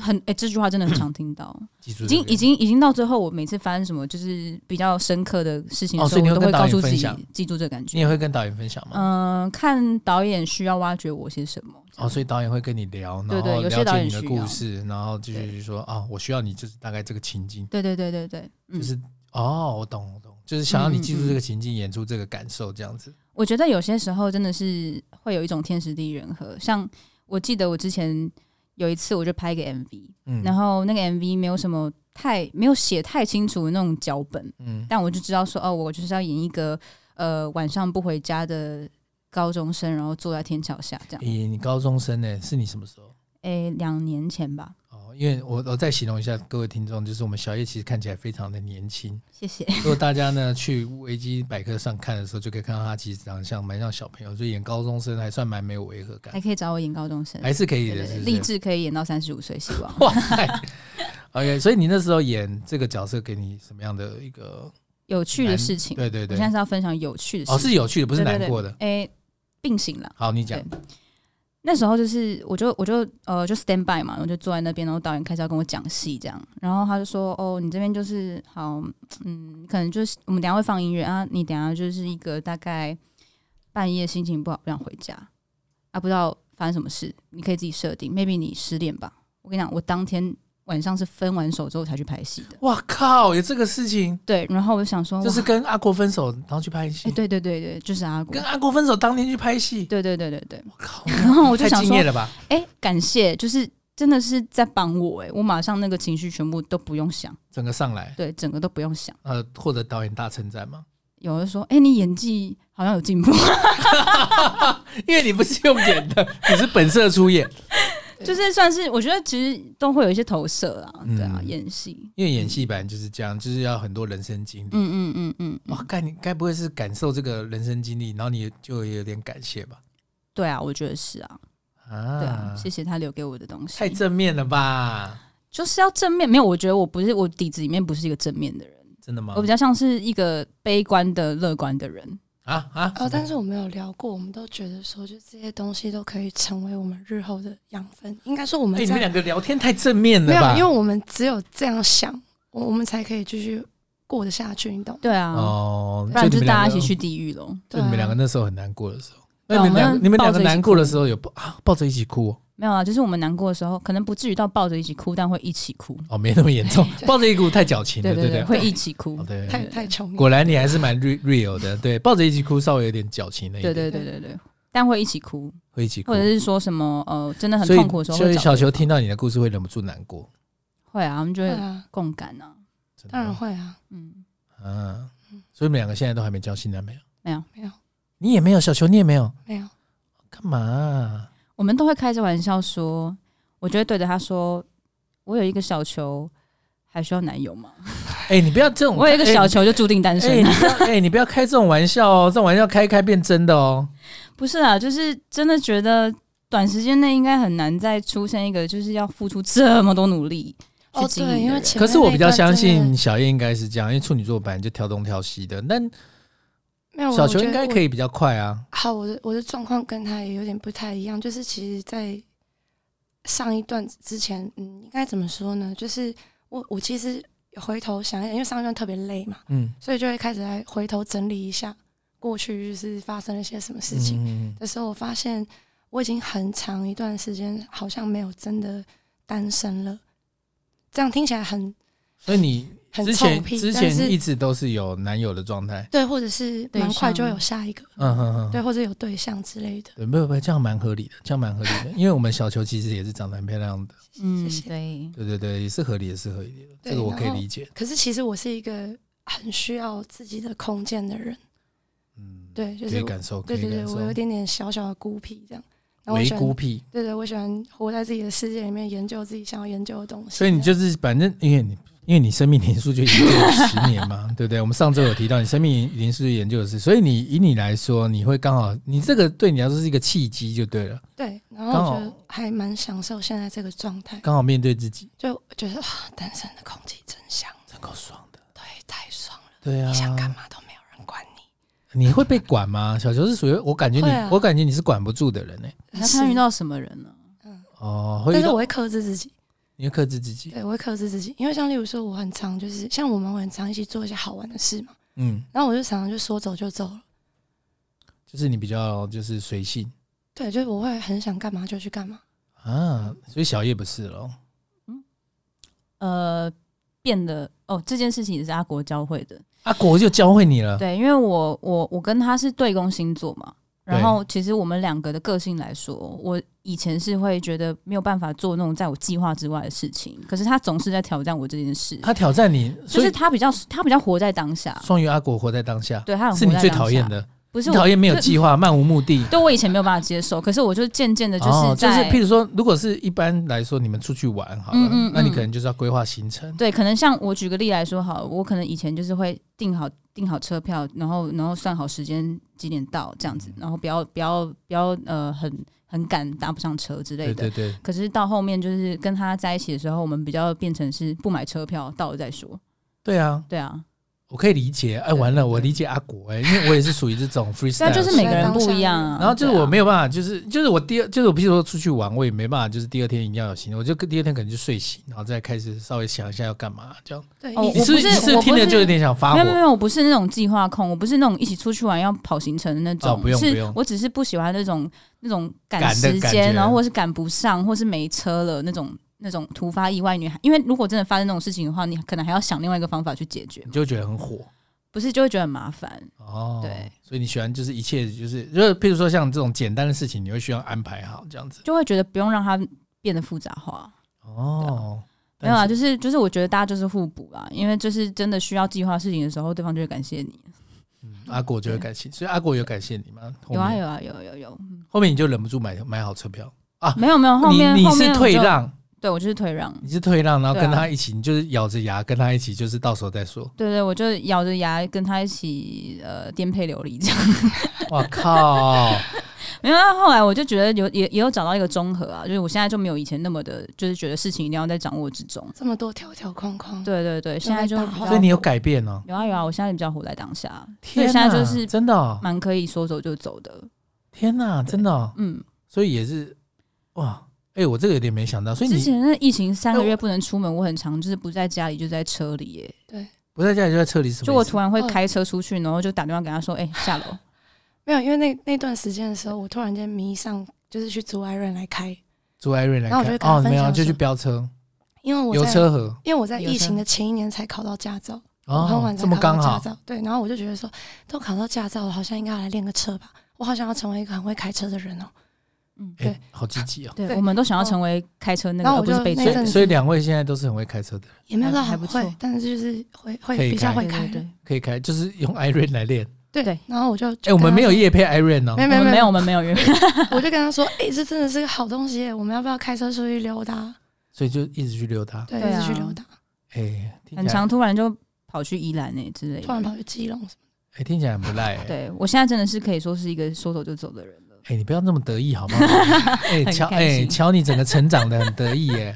C: 很哎、这句话真的很常听到，
A: 记住
C: 已
A: 这个
C: 经已经已经到最后，我每次发生什么就是比较深刻的事情的
A: 哦
C: 时
A: 所
C: 候，
A: 以你
C: 我
A: 会
C: 都
A: 跟
C: 会
A: 导
C: 告
A: 演
C: 诉自
A: 分
C: 己
A: 享
C: 记住这个感觉
A: 你。也会跟导演分享吗？
C: 嗯、看导演需要挖掘我些什么。
A: 哦，所以导演会跟你聊，然
C: 对对
A: 后
C: 有些
A: 了
C: 导
A: 解
C: 演
A: 你的
C: 需
A: 故
C: 要
A: 事，然后就是说啊，我需要你就是大概这个情境，
C: 对对对对对，嗯，
A: 就是哦，我懂我懂，就是想要你
C: 嗯嗯
A: 记住这
C: 嗯
A: 个情境，演出这个感受这样子。
C: 我觉得有些时候真的是会有一种天时地利人和。像我记得我之前有一次，我就拍一个 MV，、
A: 嗯，
C: 然后那个 MV 没有什么太没有写太清楚的那种脚本，
A: 嗯
C: 但我就知道说，哦，我就是要演一个呃晚上不回家的高中生，然后坐在天桥下这样。
A: 咦，你高中生呢？是你什么时候？
C: 诶、两年前吧，
A: 哦，因为我我再形容一下各位听众，就是我们小叶其实看起来非常的年轻，
C: 谢谢。 (laughs)
A: 如果大家呢去维基百科上看的时候，就可以看到他其实长相蛮像小朋友，所以演高中生还算蛮没有违和感
C: 还，可以找我演高中生，
A: 还是可以
C: 对
A: 的，
C: 对
A: 哎是
C: 对
A: 不
C: 励
A: 是？
C: 志可以演到三十五岁，希
A: (laughs)
C: 望。
A: 哇塞！OK，所以你那时候演这个角色，给你什么样的一个？
C: 有趣的事情。
A: 对对
C: 我
A: 对
C: 现，在是要分享有趣的事
A: 哦，
C: 情，
A: 是有趣的，不是难过的。
C: 哎、诶并行了。
A: 好，你讲
C: 对。那时候就是，我就我就呃就 stand by 嘛，我就坐在那边，然后导演开始要跟我讲戏这样，然后他就说，哦，你这边就是好，嗯，可能就是我们等一下会放音乐啊，你等一下就是一个大概半夜心情不好不想回家啊，不知道发生什么事，你可以自己设定，maybe 你失恋吧。我跟你讲，我当天晚上是分完手之后才去
A: (laughs)
C: 拍戏的，
A: 哇靠！有这个事情，
C: 对，然后我就想说，
A: 就是
C: 哇
A: 跟阿国分手，然后去拍
C: 哎、
A: 戏。
C: 对对对对，就是阿古啊
A: 跟，阿国分手当天去拍戏，
C: 对对对对对，
A: 我靠！
C: 然后我就
A: 太
C: 想
A: 敬
C: 说
A: 业，了吧？
C: 哎、感谢，就是真的是在帮我、哎，我马上那个情绪全部都不用想，
A: 整个上来，
C: 对，整个都不用想。
A: 呃，获得导演大称赞嘛？
C: 有人说，哎、你演技好像有进步，
A: 因为你不是用演的， (laughs) 你是本色出演。
C: 就是算是我觉得其实都会有一些投射啊，对啊，
A: 嗯
C: 演戏，
A: 因为演戏本来就是这样，就是要很多人生经历。
C: 嗯嗯嗯嗯嗯，
A: 哇，该你该不会是感受这个人生经历，然后你就有点感谢吧？
C: 对啊，我觉得是啊，对啊，
A: 啊，
C: 谢谢他留给我的东西，
A: 太正面了吧？
C: 就是要正面，没有，我觉得我不是我底子里面不是一个正面的人，
A: 真的吗
C: 我？比较像是一个悲观的、乐观的人，
A: 啊啊！
B: 哦，但是我们有聊过，我们都觉得说，就这些东西都可以成为我们日后的养分。应该说我们
A: 哎，你
B: 在
A: 们两个聊天太正面
B: 没
A: 了
B: 有
A: 吧？，
B: 因为我们只有这样想，我我们才可以继续过得下去，你懂吗？
C: 对啊，
A: 哦，
C: 不然
A: 你
C: 就
A: 们
C: 大家
A: 两个
C: 一起，去地狱喽。
A: 就你们两
B: 啊
A: 个那时候很难过的时候，
C: 对
A: 那
C: 啊
A: 你们两
C: 我
A: 个
C: 们
A: 你们两个
C: 抱着一起
A: 难过的时候有抱啊抱着一起哭哦
C: 没有啊，就是我们难过的时候，可能不至于到抱着一起哭，但会一起哭。
A: 哦，没那么严
C: (laughs)
A: 重，抱着一起哭太矫情了，
C: 对
A: 对
C: 对
A: 不
C: 对，
A: 对
C: 会一起哭
A: 哦。对，
B: 太太
C: 嗯
B: 穷，
A: 果然你还是蛮 re- real 的，对，抱着一起哭稍微有点矫情了一
C: 对
A: 点，
C: 对对对对，但会一起哭，
A: 会一起哭
C: 或者。是说什么呃，真的很
A: 所以
C: 痛苦的时候
A: 所
C: 会
A: 以
C: 找
A: 小球
C: 对
A: 听到你的故事会忍不住难过，
C: 方会啊，我们就
B: 对
C: 会
B: 啊，
C: 共感啊。
A: 真的
B: 当然会啊，
C: 嗯，
A: 嗯，所以你们两个现在都还没交新男朋友，
C: 没有，
B: 没有
A: 你也没有，小球你也没有，
B: 没有，
A: 干嘛啊、
C: 我们都会开着玩笑说，我就会对着他说，我有一个小球，还需要男友吗？
A: 哎、你不要这种，
C: 我有一个小
A: 哎
C: 球就注定单
A: 哎、
C: 身
A: 你
C: 了。
A: 不要，哎、你不要开这种玩笑哦，这种玩笑开一开变真的哦。
C: (laughs) 不是啊，就是真的觉得短时间内应该很难再出现一个就是要付出这么多努力去
B: 哦
C: 经
B: 对，
C: 营
B: 因
C: 的
B: 为
C: 人
B: 前
A: 可是
B: 面
A: 我
B: 那
A: 比
B: 一
A: 较
B: 段
A: 相
B: 真的
A: 信小叶应该是这样，因为处女座本来就挑东挑西的，但
B: 没有
A: 小球应该可
B: 以。
A: 以比较快啊。
B: 好，我的我的状况跟他也有点不太一样，就是其实，在上一段之前，嗯，应该怎么说呢？就是我我其实回头想一想，因为上一段特别累嘛，
A: 嗯，
B: 所以就会开始来回头整理一下过去就是发生了些什么事情
A: 嗯，
B: 的时候，我发现我已经很长一段时间好像没有真的单身了。这样听起来很
A: 所以你
B: 很
A: 之
B: 臭
A: 前
B: 屁，
A: 之
B: 但
A: 前一
B: 是
A: 直都是有男友的状态，
B: 对，或者是
C: 对
B: 蛮快
C: 象
B: 就有下一个，
A: 嗯哼哼，
B: 对，或者有对象之类的。
A: 对，没有没有，这样蛮合理的，这样蛮合理
B: (laughs)
A: 的，因为我们小球其实也是长得很漂亮的，
C: 嗯，
B: 谢谢
C: 对，
A: 对对对，也是合理，也是合理的，
B: 对
A: 这个我可以
B: 然后
A: 理解，
B: 可是其实我是一个很需要自己的空间的人，
A: 嗯，
B: 对，就
A: 可以
B: 是我
A: 感受，可
B: 对
A: 以
B: 对对，
A: 感受
B: 我，有一点点小小的孤僻这样。然后我
A: 唯
B: 喜欢
A: 孤僻，
B: 对对，我喜欢活在自己的世界里面，研究自己想要研究的东西。
A: 所以你
B: 这样
A: 就是反正因为你。因为你生命年数就已经过了十年嘛， (laughs) 对不对？我们上周有提到你生命年数研究的事，所以你以你来说，你会刚好，你这个对你来说是一个契机就对了，
B: 对，然后
A: 刚
B: 我觉
A: 好
B: 得还蛮享受现在这个状态，
A: 刚好面对自己，
B: 就觉得啊，单身的空气真香，
A: 真够爽的。
B: 对，太爽了，
A: 对啊，
B: 你想干嘛都没有人管你。
A: 你会被管吗？小球是属于我感觉你，
B: 会啊
A: 我感觉你是管不住的人呢、
C: 那看遇到什么人呢？
A: 哦，会
B: 但
A: 遇
B: 是
A: 到
B: 嗯我会嗯克制自己，
A: 你会克制自己，
B: 对，我会克制自己，因为像例如说，我很常就是像我们我很常一起做一些好玩的事嘛，
A: 嗯，
B: 然后我就常常就说走就走了，
A: 就是你比较就是随性
B: 对，就是我会很想干嘛就去干嘛，
A: 啊，所以小叶不是咯。
C: 呃，变得哦，这件事情也是阿国教会的。
A: 阿国就教会你了，
C: 对，因为我我我跟他是对宫星座嘛，然后其实我们两个的个性来说，我以前是会觉得没有办法做那种在我计划之外的事情，可是他总是在挑战我这件事，
A: 他挑战你，
C: 就
A: 所
C: 是
A: 以
C: 他比较他比较活在当下，
A: 双鱼阿国活在当下，
C: 对他很活
A: 是
C: 在
A: 你
C: 当下
A: 最讨厌，的，
C: 不是
A: 你
C: 我
A: 讨厌没有
C: 就
A: 计划、漫无目的。
C: 对我以前没有办法接受，可是我就渐渐的就
A: 哦
C: 是
A: 就是
C: 在、
A: 譬如说，如果是一般来说，你们出去玩好了，
C: 嗯嗯嗯
A: 那你可能就是要规划行程，
C: 对，可能像我举个例来说好了，我可能以前就是会订好订好车票，然后然后算好时间几点到这样
A: 嗯
C: 子，然后不要不要不要呃很很赶搭不上车之类
A: 对
C: 的。
A: 对对，
C: 可是到后面就是跟他在一起的时候，我们比较变成是不买车票，到了再说。
A: 对啊，
C: 对啊，
A: 我可以理解。哎，
C: 对
A: 完了，
C: 对
A: 我理解阿国，哎，因为我也是属于这
C: (laughs)
A: 种
C: 虽
A: freestyle，
C: 然啊就是每个人不一样啊。
A: 然后就是我没
C: 有
A: 有办法，就是就是我第二就是我，譬如说出去玩，我也没办法，就是第二天一定要有行动，我就第二天可能就睡醒，然后再开始稍微想一下要干嘛这样。
B: 对，
C: 哦
B: 你
C: 我
A: 你是
C: 不是
A: 你是
C: 我
A: 听
C: 不
A: 着
C: 是
A: 就有点想发
C: 没
A: 火
C: 有没有没有，我不是那种计划控，我不是那种一起出去玩要跑行程的那种，
A: 哦不用
C: 是
A: 不用
C: 我只是不喜欢那种那种赶
A: 赶的
C: 时
A: 感觉
C: 间，然后或是赶不上，或是没车了那种那种突发意外女孩。因为如果真的发生那种事情的话，你可能还要想另外一个方法去解决
A: 你，就觉得很火
C: 不是就会觉得很麻烦。
A: 哦。
C: 对，
A: 所以你喜欢就是一切就是就是譬如说像这种简单的事情，你会需要安排好这样子
C: 就会觉得不用让它变得复杂化。
A: 哦。
C: 没有啊，
A: 但是
C: 就是就是，我觉得大家就是互补啦，因为就是真的需要计划事情的时候，对方就会感谢你。
A: 嗯阿果就会感谢，所以阿果有感谢你吗？后
C: 有啊
A: 面
C: 有啊有
A: (laughs)
C: 有有，嗯
A: 后面你就忍不住买买好车票。
C: 没有没有，后面
A: 你你
C: 后
A: 是
C: 面
A: 退
C: 我就，
A: 让，
C: 对我就是退让，
A: 你是退让，然后
C: 对啊
A: 跟他一起，你就是咬着牙跟他一起，就是到时候再说。
C: 对对，我就咬着牙跟他一起呃颠沛流离这样。 (laughs)
A: 哇靠！
C: 没有，那后来我就觉得有也也有找到一个综合啊，就是我现在就没有以前那么的，就是觉得事情一定要在掌握之中。
B: 这么多条条框框，
C: 对对对，现在就
B: 有在打
C: 比较
A: 所以你有改变哦。
C: 有啊有啊，我现在比较活在当下，所以
A: 天
C: 现在
A: 哪
C: 就是
A: 真的哦、
C: 蛮可以说走就走的。
A: 天哪，真的、哦，
C: 嗯，
A: 所以也是哇，哎、我这个有点没想到，所以
C: 之
A: 你
C: 前那疫情三个月不能出门，我很常就是不在家里，就在车里耶。
A: 不在家里就在车里，什么意思？
C: 就我突然会开车出去，然后就打电话给他说：“哎、
B: 哦
C: 下楼。
B: 没有，因为那那段时间的时候，我突然间迷上就是去租艾瑞来开，
A: 朱艾瑞来
B: 然
A: 看
B: 后我就跟他
A: 哦，
B: 分
A: 没有
B: 享
A: 就去
B: 说
A: 飙车，
B: 因为我
A: 油
B: 在
A: 车河
B: 因为我在疫
C: 有车
B: 情的前一年才考到驾照，我很
A: 哦
B: 晚，才
A: 这么
B: 考
A: 刚
B: 到驾
A: 好，
B: 照，对，然后我就觉得说，都考到驾照了，好像应该要来练个车吧，我好想要成为一个很会开车的人哦、
C: 嗯，
A: 哎、
B: 对
A: 好积极哦。
C: 对，
B: 对
C: 我们都想要成为开车那个，
B: 然后
C: 而
B: 我
C: 不是
B: 就
C: 被
B: 那
C: 追
B: 阵
C: 的。
B: 子
A: 所以两位现在都是很会开车的人，
B: 也没有到
C: 还还
B: 很
C: 不
B: 会
C: 错，
B: 但是就是会会
A: 可以
B: 比较
A: 开
B: 会
C: 对
B: 开
C: 对，对，
A: 可以开，就是用艾瑞来练。
B: 对
C: 对
B: 然后我就，哎
A: 哎、我们没有，夜配艾瑞哦
B: 没，
C: 我
B: 有没有
C: 们
B: 没
C: 没
B: 有
C: 有，，我们没有约。
B: 我就跟他说，哎、这真的是个好东西耶，我们要不要开车出去溜达？
A: 所以就一直去溜达。
B: 对，
C: 对
B: 一直去
C: 啊
B: 溜达，
A: 哎、听
C: 很
A: 起来
C: 常突然就跑去宜兰欸诶之类
B: 突然
C: 的。
B: 跑去基隆什么
A: 哎、听起来很不赖、哎，
C: 对我现在真的是可以说是一个说走就走的人了。
A: 哎、你不要那么得意好不好？
C: (laughs)
A: 哎、
C: 很
A: 乔，
C: 开
A: 哎、
C: 心
A: 乔，你整个成长的很得意耶、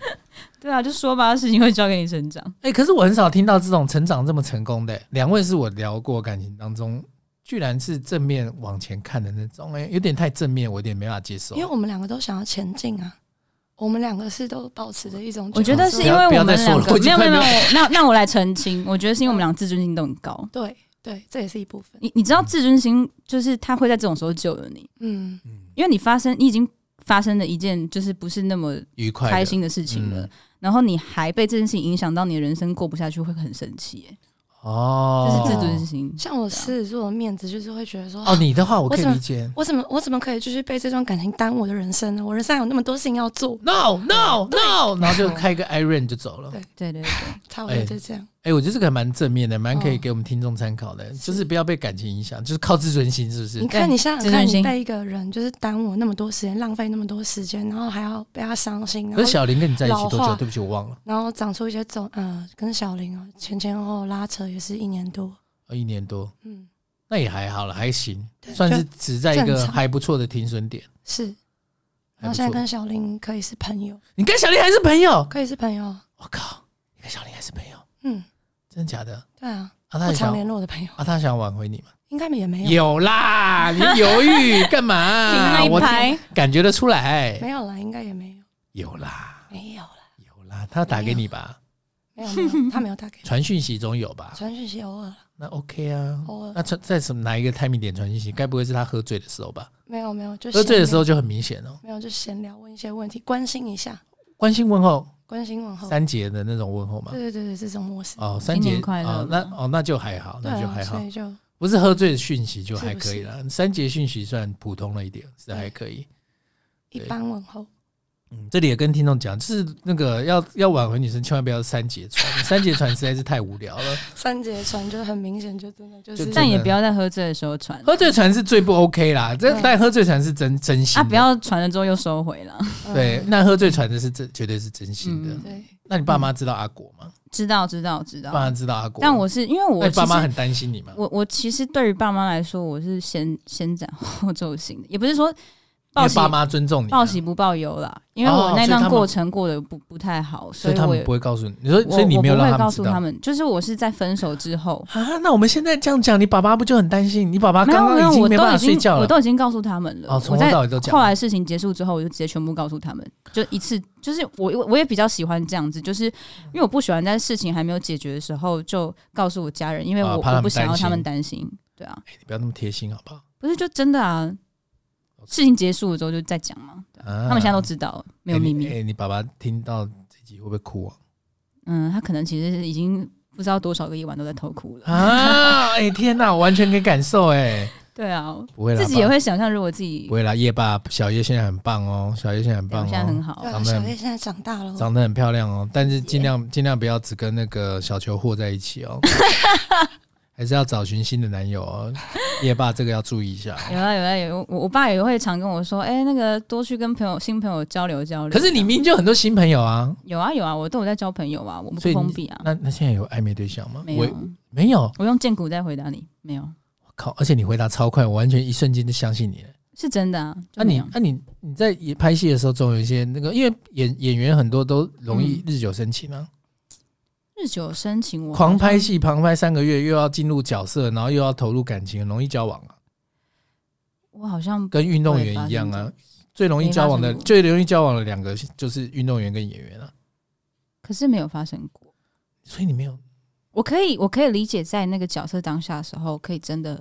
C: 对啊，就说吧，事情会交给你成长。
A: 哎、可是我很少听到这种成长这么成功的、欸两位是我聊过感情当中，居然是正面往前看的那种、哎，有点太正面，我有点没办法接受。
B: 的，因为我们两个都想要前进啊，我们两个是都保持着一种，
C: 我觉得是因为
A: 不要
C: 我
A: 不要
C: 们
A: 再说
C: 两
A: 了
C: 个
A: 我已
C: 没
A: 经
C: 有没有没有
A: 快，
C: 那那我来澄清，我觉得是因为我们俩自尊心都很高。
B: 对，对，这也是一部分。
C: 你你知道自尊心就是他会在这种时候救了你，
B: 嗯，
A: 嗯，
C: 因为你发生你已经发生了一件就是不是那么
A: 愉快的
C: 开心的事情了，
A: 嗯
C: 然后你还被这件事情影响到你的人生过不下去，会很生气耶，这
A: 哦，
C: 是自尊心。
B: 像我狮子座的面子，就是会觉得说，
A: 哦，你的话我可以
B: 我怎么
A: 理解。
B: 我怎么我怎么可以就是被这段感情耽误我的人生呢？我人生还有那么多事情要做，
A: No no no，然后就开个 Iron 就走了。
B: 哦
C: 对
B: 对
C: 对对，
B: 差不多就这样。
A: 哎、我觉得这个还蛮正面的，蛮可以
B: 哦
A: 给我们听众参考的，就是不要被感情影响，就是靠自尊心，是不是
B: 你？看，你想
C: 自尊
B: 想看，
C: 心
B: 你被一个人就是耽误那么多时间，浪费那么多时间，然后还要被他伤心，然
A: 可是
B: 后
A: 小林跟你在一起多久？
B: 老化
A: 对不起，我忘了，
B: 然后长出一些种，呃，跟小林哦前前后后拉扯也是一年多，
A: 呃一年多，
B: 嗯，
A: 那也还好了，还行，
B: 对
A: 算是
B: 就
A: 只在一个
B: 正常
A: 还不错的停损点。
B: 是。
A: 还不
B: 然
A: 错
B: 后现在跟小林可以是朋友，
A: 你跟小林还是朋友？
B: 可以是朋友，啊
A: 我靠，你跟小林还是朋友，
B: 嗯，
A: 真的假的？
B: 对啊，
A: 啊，他也
B: 不常
A: 想
B: 联络的朋友，
A: 啊，他想挽回你吗？
B: 应该也没有，
A: 有啦，你犹豫干
B: (laughs)
C: 停那
A: 嘛？
C: 一
A: 啊我
C: 排，
A: 感觉得出来，哎
B: 没有啦，应该也没有，
A: 有啦，
B: 没有啦，
A: 有啦，他打给你吧，
B: 没有，没
A: (laughs)
B: 有，他没有打给
A: 传讯息中有吧
B: 我，？传讯息偶尔啦，
A: 那 OK 啊，
B: 偶尔
A: 那传在什么哪一个 timing 点传讯息？该不会是他喝醉的时候吧？
B: 没有没有，就
A: 喝醉的时
B: 候
A: 候就很明显哦，
B: 没有就闲聊，问一些问题，关心一下，
A: 关心问候
B: 关心问候，
A: 三节的那种问候嘛
B: 对。对对对，这种模式，
A: 哦，三
C: 新
A: 节
C: 年快乐
A: 哦，那哦那就还好，
B: 对
A: 那就
B: 啊，
A: 还好
B: 所，以就
A: 不是喝醉的讯息就是还
B: 不
A: 可以
B: 是
A: 了。三节讯息算普通了一点，是还可以。
B: 一般问候，
A: 嗯，这里也跟听众讲，就是那个要要挽回女生，千万不要三节传，三节传实在是太无聊
C: (laughs)
A: 了。
B: 三节传就很明显，就真的就
A: 就是真的
C: 但也不要在喝醉的时候传
A: 喝醉传是最不 OK 啦，这
B: 对
A: 但喝醉传是真真心
C: 啊，
A: 的
C: 不要传了之后又收回了。 (laughs)
B: 嗯
A: 对，那喝醉传的是真绝对是真心的
C: 嗯。
B: 对，
A: 那你爸妈知道阿果吗？
C: 知道知道知
A: 爸妈
C: 道，
A: 知道阿果，
C: 但我是因为我
A: 那你
C: 其
A: 哎爸妈
C: 实
A: 很啊担心你吗？
C: 我我其实对于爸妈来说，我是先先斩后奏型的，也不是说
A: 因
C: 报
A: 为
C: 喜
A: 爸妈尊重你啊吗，
C: 报喜不报忧啦，因为
A: 哦
C: 我
A: 所
C: 那
A: 以他
C: 段
A: 们
C: 过程过得不不太好，
A: 所以
C: 以
A: 他
C: 我
A: 们
C: 也
A: 不会告诉你。你说，所以
C: 我
A: 你没有
C: 我不
A: 让
C: 会
A: 们
C: 告
A: 知
C: 诉
A: 道
C: 他们，就是我是在分手之后，
A: 啊？那我们现在这样讲，你爸爸不就很担心？你爸爸
C: 没有
A: 啊刚
C: 没
A: 刚
C: 有，
A: 已经
C: 我
A: 没
C: 都
A: 办
C: 已
A: 法睡
C: 经
A: 觉
C: 我
A: 了。
C: 都已经告诉他们了，
A: 哦，从
C: 我
A: 头
C: 在
A: 到尾都讲
C: 后
A: 了。
C: 来事情结束之后，我就直接全部告诉他们，就一次，就是我我我也比较喜欢这样子，就是因为我不喜欢在事情还没有解决的时候就告诉我家人，因为我、
A: 啊怕他们
C: 我不想要
A: 担心
C: 他们担心，对啊，
A: 你不要那么贴心好不好？
C: 不是就真的啊，事情结束了之后就再讲嘛，对啊
A: 啊
C: 他们现在都知道了没有
A: 哎
C: 秘
A: 哎、
C: 密，
A: 你爸爸听到这集会不会哭啊？
C: 嗯，他可能其实已经不知道多少个夜晚都在偷哭
A: (laughs)
C: 了， (laughs)
A: 啊！哎、天哪，我完全可以感受哎、
C: 对啊，
A: 不会啦，
C: 自己也
A: 爸
C: 会想象如果自己
A: 不会啦。夜爸小叶现在很棒哦，小叶现在很
C: 对我
A: 棒
C: 现在很
A: 哦，(laughs)
C: 好
B: 对，
A: 长
B: 啊，
A: 得
B: 小
A: 很
B: 叶现在长大了哦，
A: 长得很漂亮哦。但是尽量尽量不要只跟那个小球和在一起
C: (laughs)
A: 哦，还是要找寻新的男友哦。夜爸这个要注意一下、哦。
C: 有啊有啊有，我我爸也会常跟我说，哎、那个多去跟朋友新朋友交流交流。
A: 可是你明明就有很多新朋友啊，
C: 有啊有啊，我都有在交朋友啊，我不
A: 所以你
C: 封闭啊，
A: 那那现在有暧昧对象吗？
C: 没
A: 我
C: 有，
A: 没有，
C: 我用剑骨在回答你，没有，
A: 靠！而且你回答超快，我完全一瞬间就相信你了。
C: 是真的啊，
A: 那、
C: 就没
A: 你
C: 有。
A: 那、你你在演拍戏的时候，总有一些那个，因为演演员很多都容易
C: 嗯
A: 日久生情啊，
C: 日久生情我，
A: 狂拍，戏，狂拍三个月，又要进入角色，然后又要投入感情，很容易交往啊，
C: 我好像
A: 跟运动员一样
C: 我也发
A: 啊
C: 现。
A: 最容易交往的，
C: 没发生过
A: 最容易交往的两个就是运动员跟演员啊，
C: 可是没有发生过。
A: 所以你没有
C: 我可以我可以理解，在那个角色当下的时候，可以真的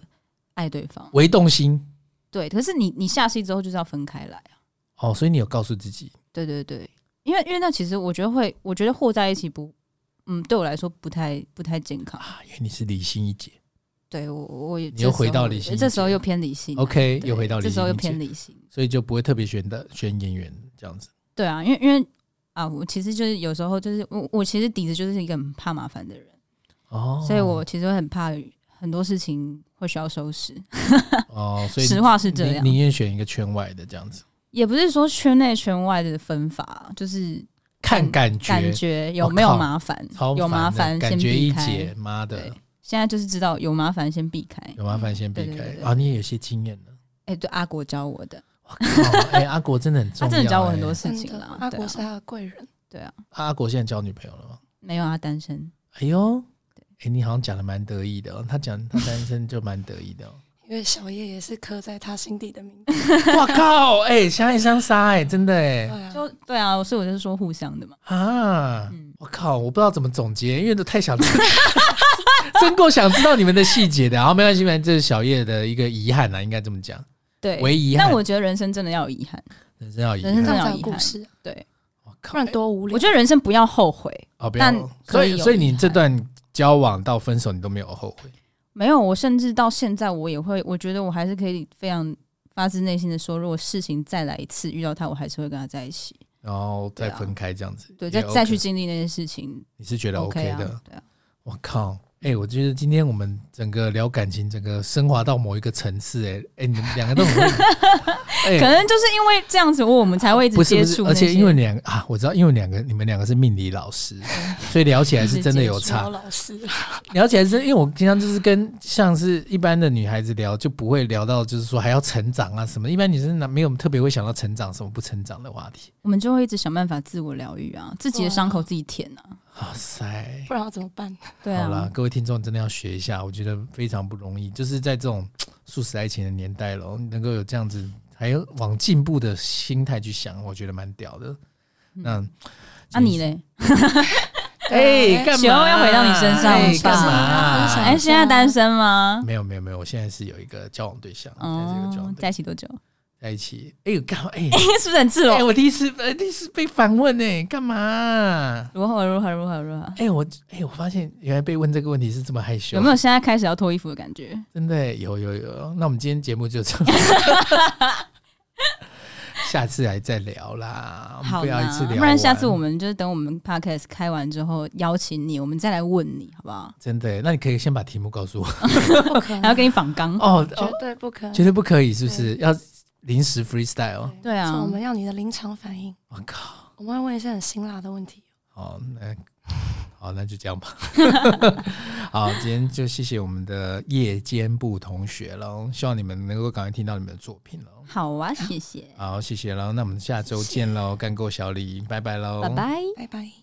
C: 爱对方，
A: 微动心
C: 对。可是你你下戏之后就是要分开来啊，
A: 哦，所以你有告诉自己，
C: 对对对，因为因为那其实我觉得会，我觉得和在一起不，嗯，对我来说不太不太健康。
A: 啊因为你是理性一姐
C: 对我，我也
A: 你又
C: 这时候
A: 回到理性一
C: 这时候
A: 点
C: 又偏理性啊
A: ，OK，
C: 对
A: 又回到理
C: 这时候
A: 性
C: 又
A: 一姐
C: 偏，理性，
A: 所以就不会特别选的选演员这样子。
C: 对啊，因为因为啊，我其实就是有时候就是我我其实底子就是一个很怕麻烦的人，
A: 哦，
C: 所以我其实会很怕很多事情会需要收拾，
A: 哦，所以
C: 实话是这
A: 你宁
C: 样，
A: 愿选一个圈外的这样子，
C: 也不是说圈内圈外的分法，就是
A: 看感觉，
C: 感觉有
A: 我
C: 没有
A: 哦靠
C: 麻烦
A: 超，
C: 有麻
A: 的
C: 烦
A: 感
C: 先
A: 觉
C: 避
A: 一
C: 开
A: 解，，妈的
C: 对，现在就是知道有麻烦先避开，
A: 有麻烦先避
C: 对对对
A: 开
C: 对
A: 啊！你也有些经
C: (laughs)
A: 验了。
C: 哎，对阿国教我的，
A: 我靠，哎，阿国真的很重
C: 他
A: 要，
C: 真的教我很多
A: 哎。
C: 事情
B: 真的
C: 啦，
B: 阿
C: 对
B: 国
C: 啊
B: 是他的贵人，
A: 啊阿国现在交女朋友了吗？
C: 没有啊，单身。
A: 哎呦，哎，你好像讲的蛮得意的哦。他
C: (laughs)
A: 讲他单身就蛮得意的哦。
B: 因为小叶也是刻在他心底的名字，
A: 我靠，哎，相爱相杀，哎，真的
B: 对
A: 哎
B: 啊，
C: 就对啊，所以我就是说互相的嘛。
A: 啊！
C: 嗯，
A: 我靠，我不知道怎么总结，因为都太想这 (laughs) 真够想知道你们的细节的。好，没关系，没关系，这是小叶的一个遗憾呐、啊，应该这么讲，
C: 对，
A: 唯遗憾
C: 但我觉得人生真的要有遗憾，
A: 人生要遗
C: 人
A: 憾
C: 生。
B: 这样才有故事，啊
C: 对，
A: 我
B: 不
A: 靠，
B: 然多无聊。
C: 我觉得人生不要后悔。
A: 哦，不
C: 但
A: 要，所
C: 可以
A: 以
C: 有
A: 所以你
C: 遗
A: 这
C: 憾
A: 段交往到分手，你都没有后悔。
C: 没有，我甚至到现在我也会，我觉得我还是可以非常发自内心的说，如果事情再来一次，遇到他，我还是会跟他在一起，
A: 然后再
C: 对啊
A: 分开这样子，
C: 对，
A: 也
C: 再
A: OK
C: 再去经历那些事情
A: 你是觉得 OK
C: ，OK 啊
A: 的？，
C: 对啊，
A: 我靠！哎、我觉得今天我们整个聊感情，整个升华到某一个层次、哎、哎，你们两个都很
C: (laughs)
A: 会，哎、
C: 可能就是因为这样子，我们才会一直
A: 不是
C: 接
A: 不是，
C: 触那
A: 而
C: 些，
A: 且因为两个啊，我知道，因为两个你们两个是命理老
C: (laughs)
A: 师，所以聊起来是真的有
B: 老
A: 差。
B: 老师
A: 聊起来是因为我经常就是跟像是一般的女孩子聊，就不会聊到就是说还要成长啊什么。一般女生哪没有特别会想到成长什么不成长的话题。
C: 我们就会一直想办法自我疗愈啊，自己的伤口自己舔啊，
A: 哇、塞！
B: 不然要怎么办？
C: 对
A: 好啦
C: 啊，，
A: 各位听众真的要学一下，我觉得非常不容易，就是在这种素食爱情的年代了，能够有这样子还有往进步的心态去想，我觉得蛮屌的。那
C: 啊你？嘞？
A: (laughs) 哎、
B: 啊
A: 干嘛？
C: 雪欧要回到你身上
A: 哎
C: 了
A: 干嘛、
B: 是啊
C: 哎，现在单身吗？
A: 没有没有没有，我现在是有一个交往对象，现在是有一嗯个交往
C: 哦，
A: 对
C: 在
A: 象
C: 一起多久？
A: 在一起。哎、呦，干嘛？哎、
C: (laughs) 是不是很赤
A: 哎、
C: 裸？
A: 我第一次呃第一次被反问哎、干嘛？
C: 如何如何如何如何？
A: 哎、我哎、我发现原来被问这个问题是这么害羞，
C: 有没有现在开始要脱衣服的感觉？
A: 真的欸有有有，那我们今天节目就这
C: (laughs)
A: 样，下次来再聊啦，啊我们
C: 好
A: 不要一
C: 啦
A: 次聊完，
C: 不然下次我们就是等我们 podcast 开完之后邀请你，我们再来问你好不好？
A: 真的欸，那你可以先把题目告诉我
B: 不可
C: 还要
B: 能，
C: 给你仿
A: (laughs)
C: 纲，
A: 哦
B: 绝
A: 哦，
B: 对不可能。
A: 绝对不可以，是不是？要临时 freestyle？
C: 对啊
B: 所以我们要你的临场反应，
A: 我靠，
B: 我们会问一些很辛辣的问题。
A: 好那。好，那就这样
C: (laughs)
A: 吧。好，今天就谢谢我们的夜间部同学喽，希望你们能够赶快听到你们的作品喽。
C: 好啊，谢谢，
A: 好，谢谢喽，那我们下周见喽，干够小李，拜拜喽，
C: 拜拜。
B: 拜拜。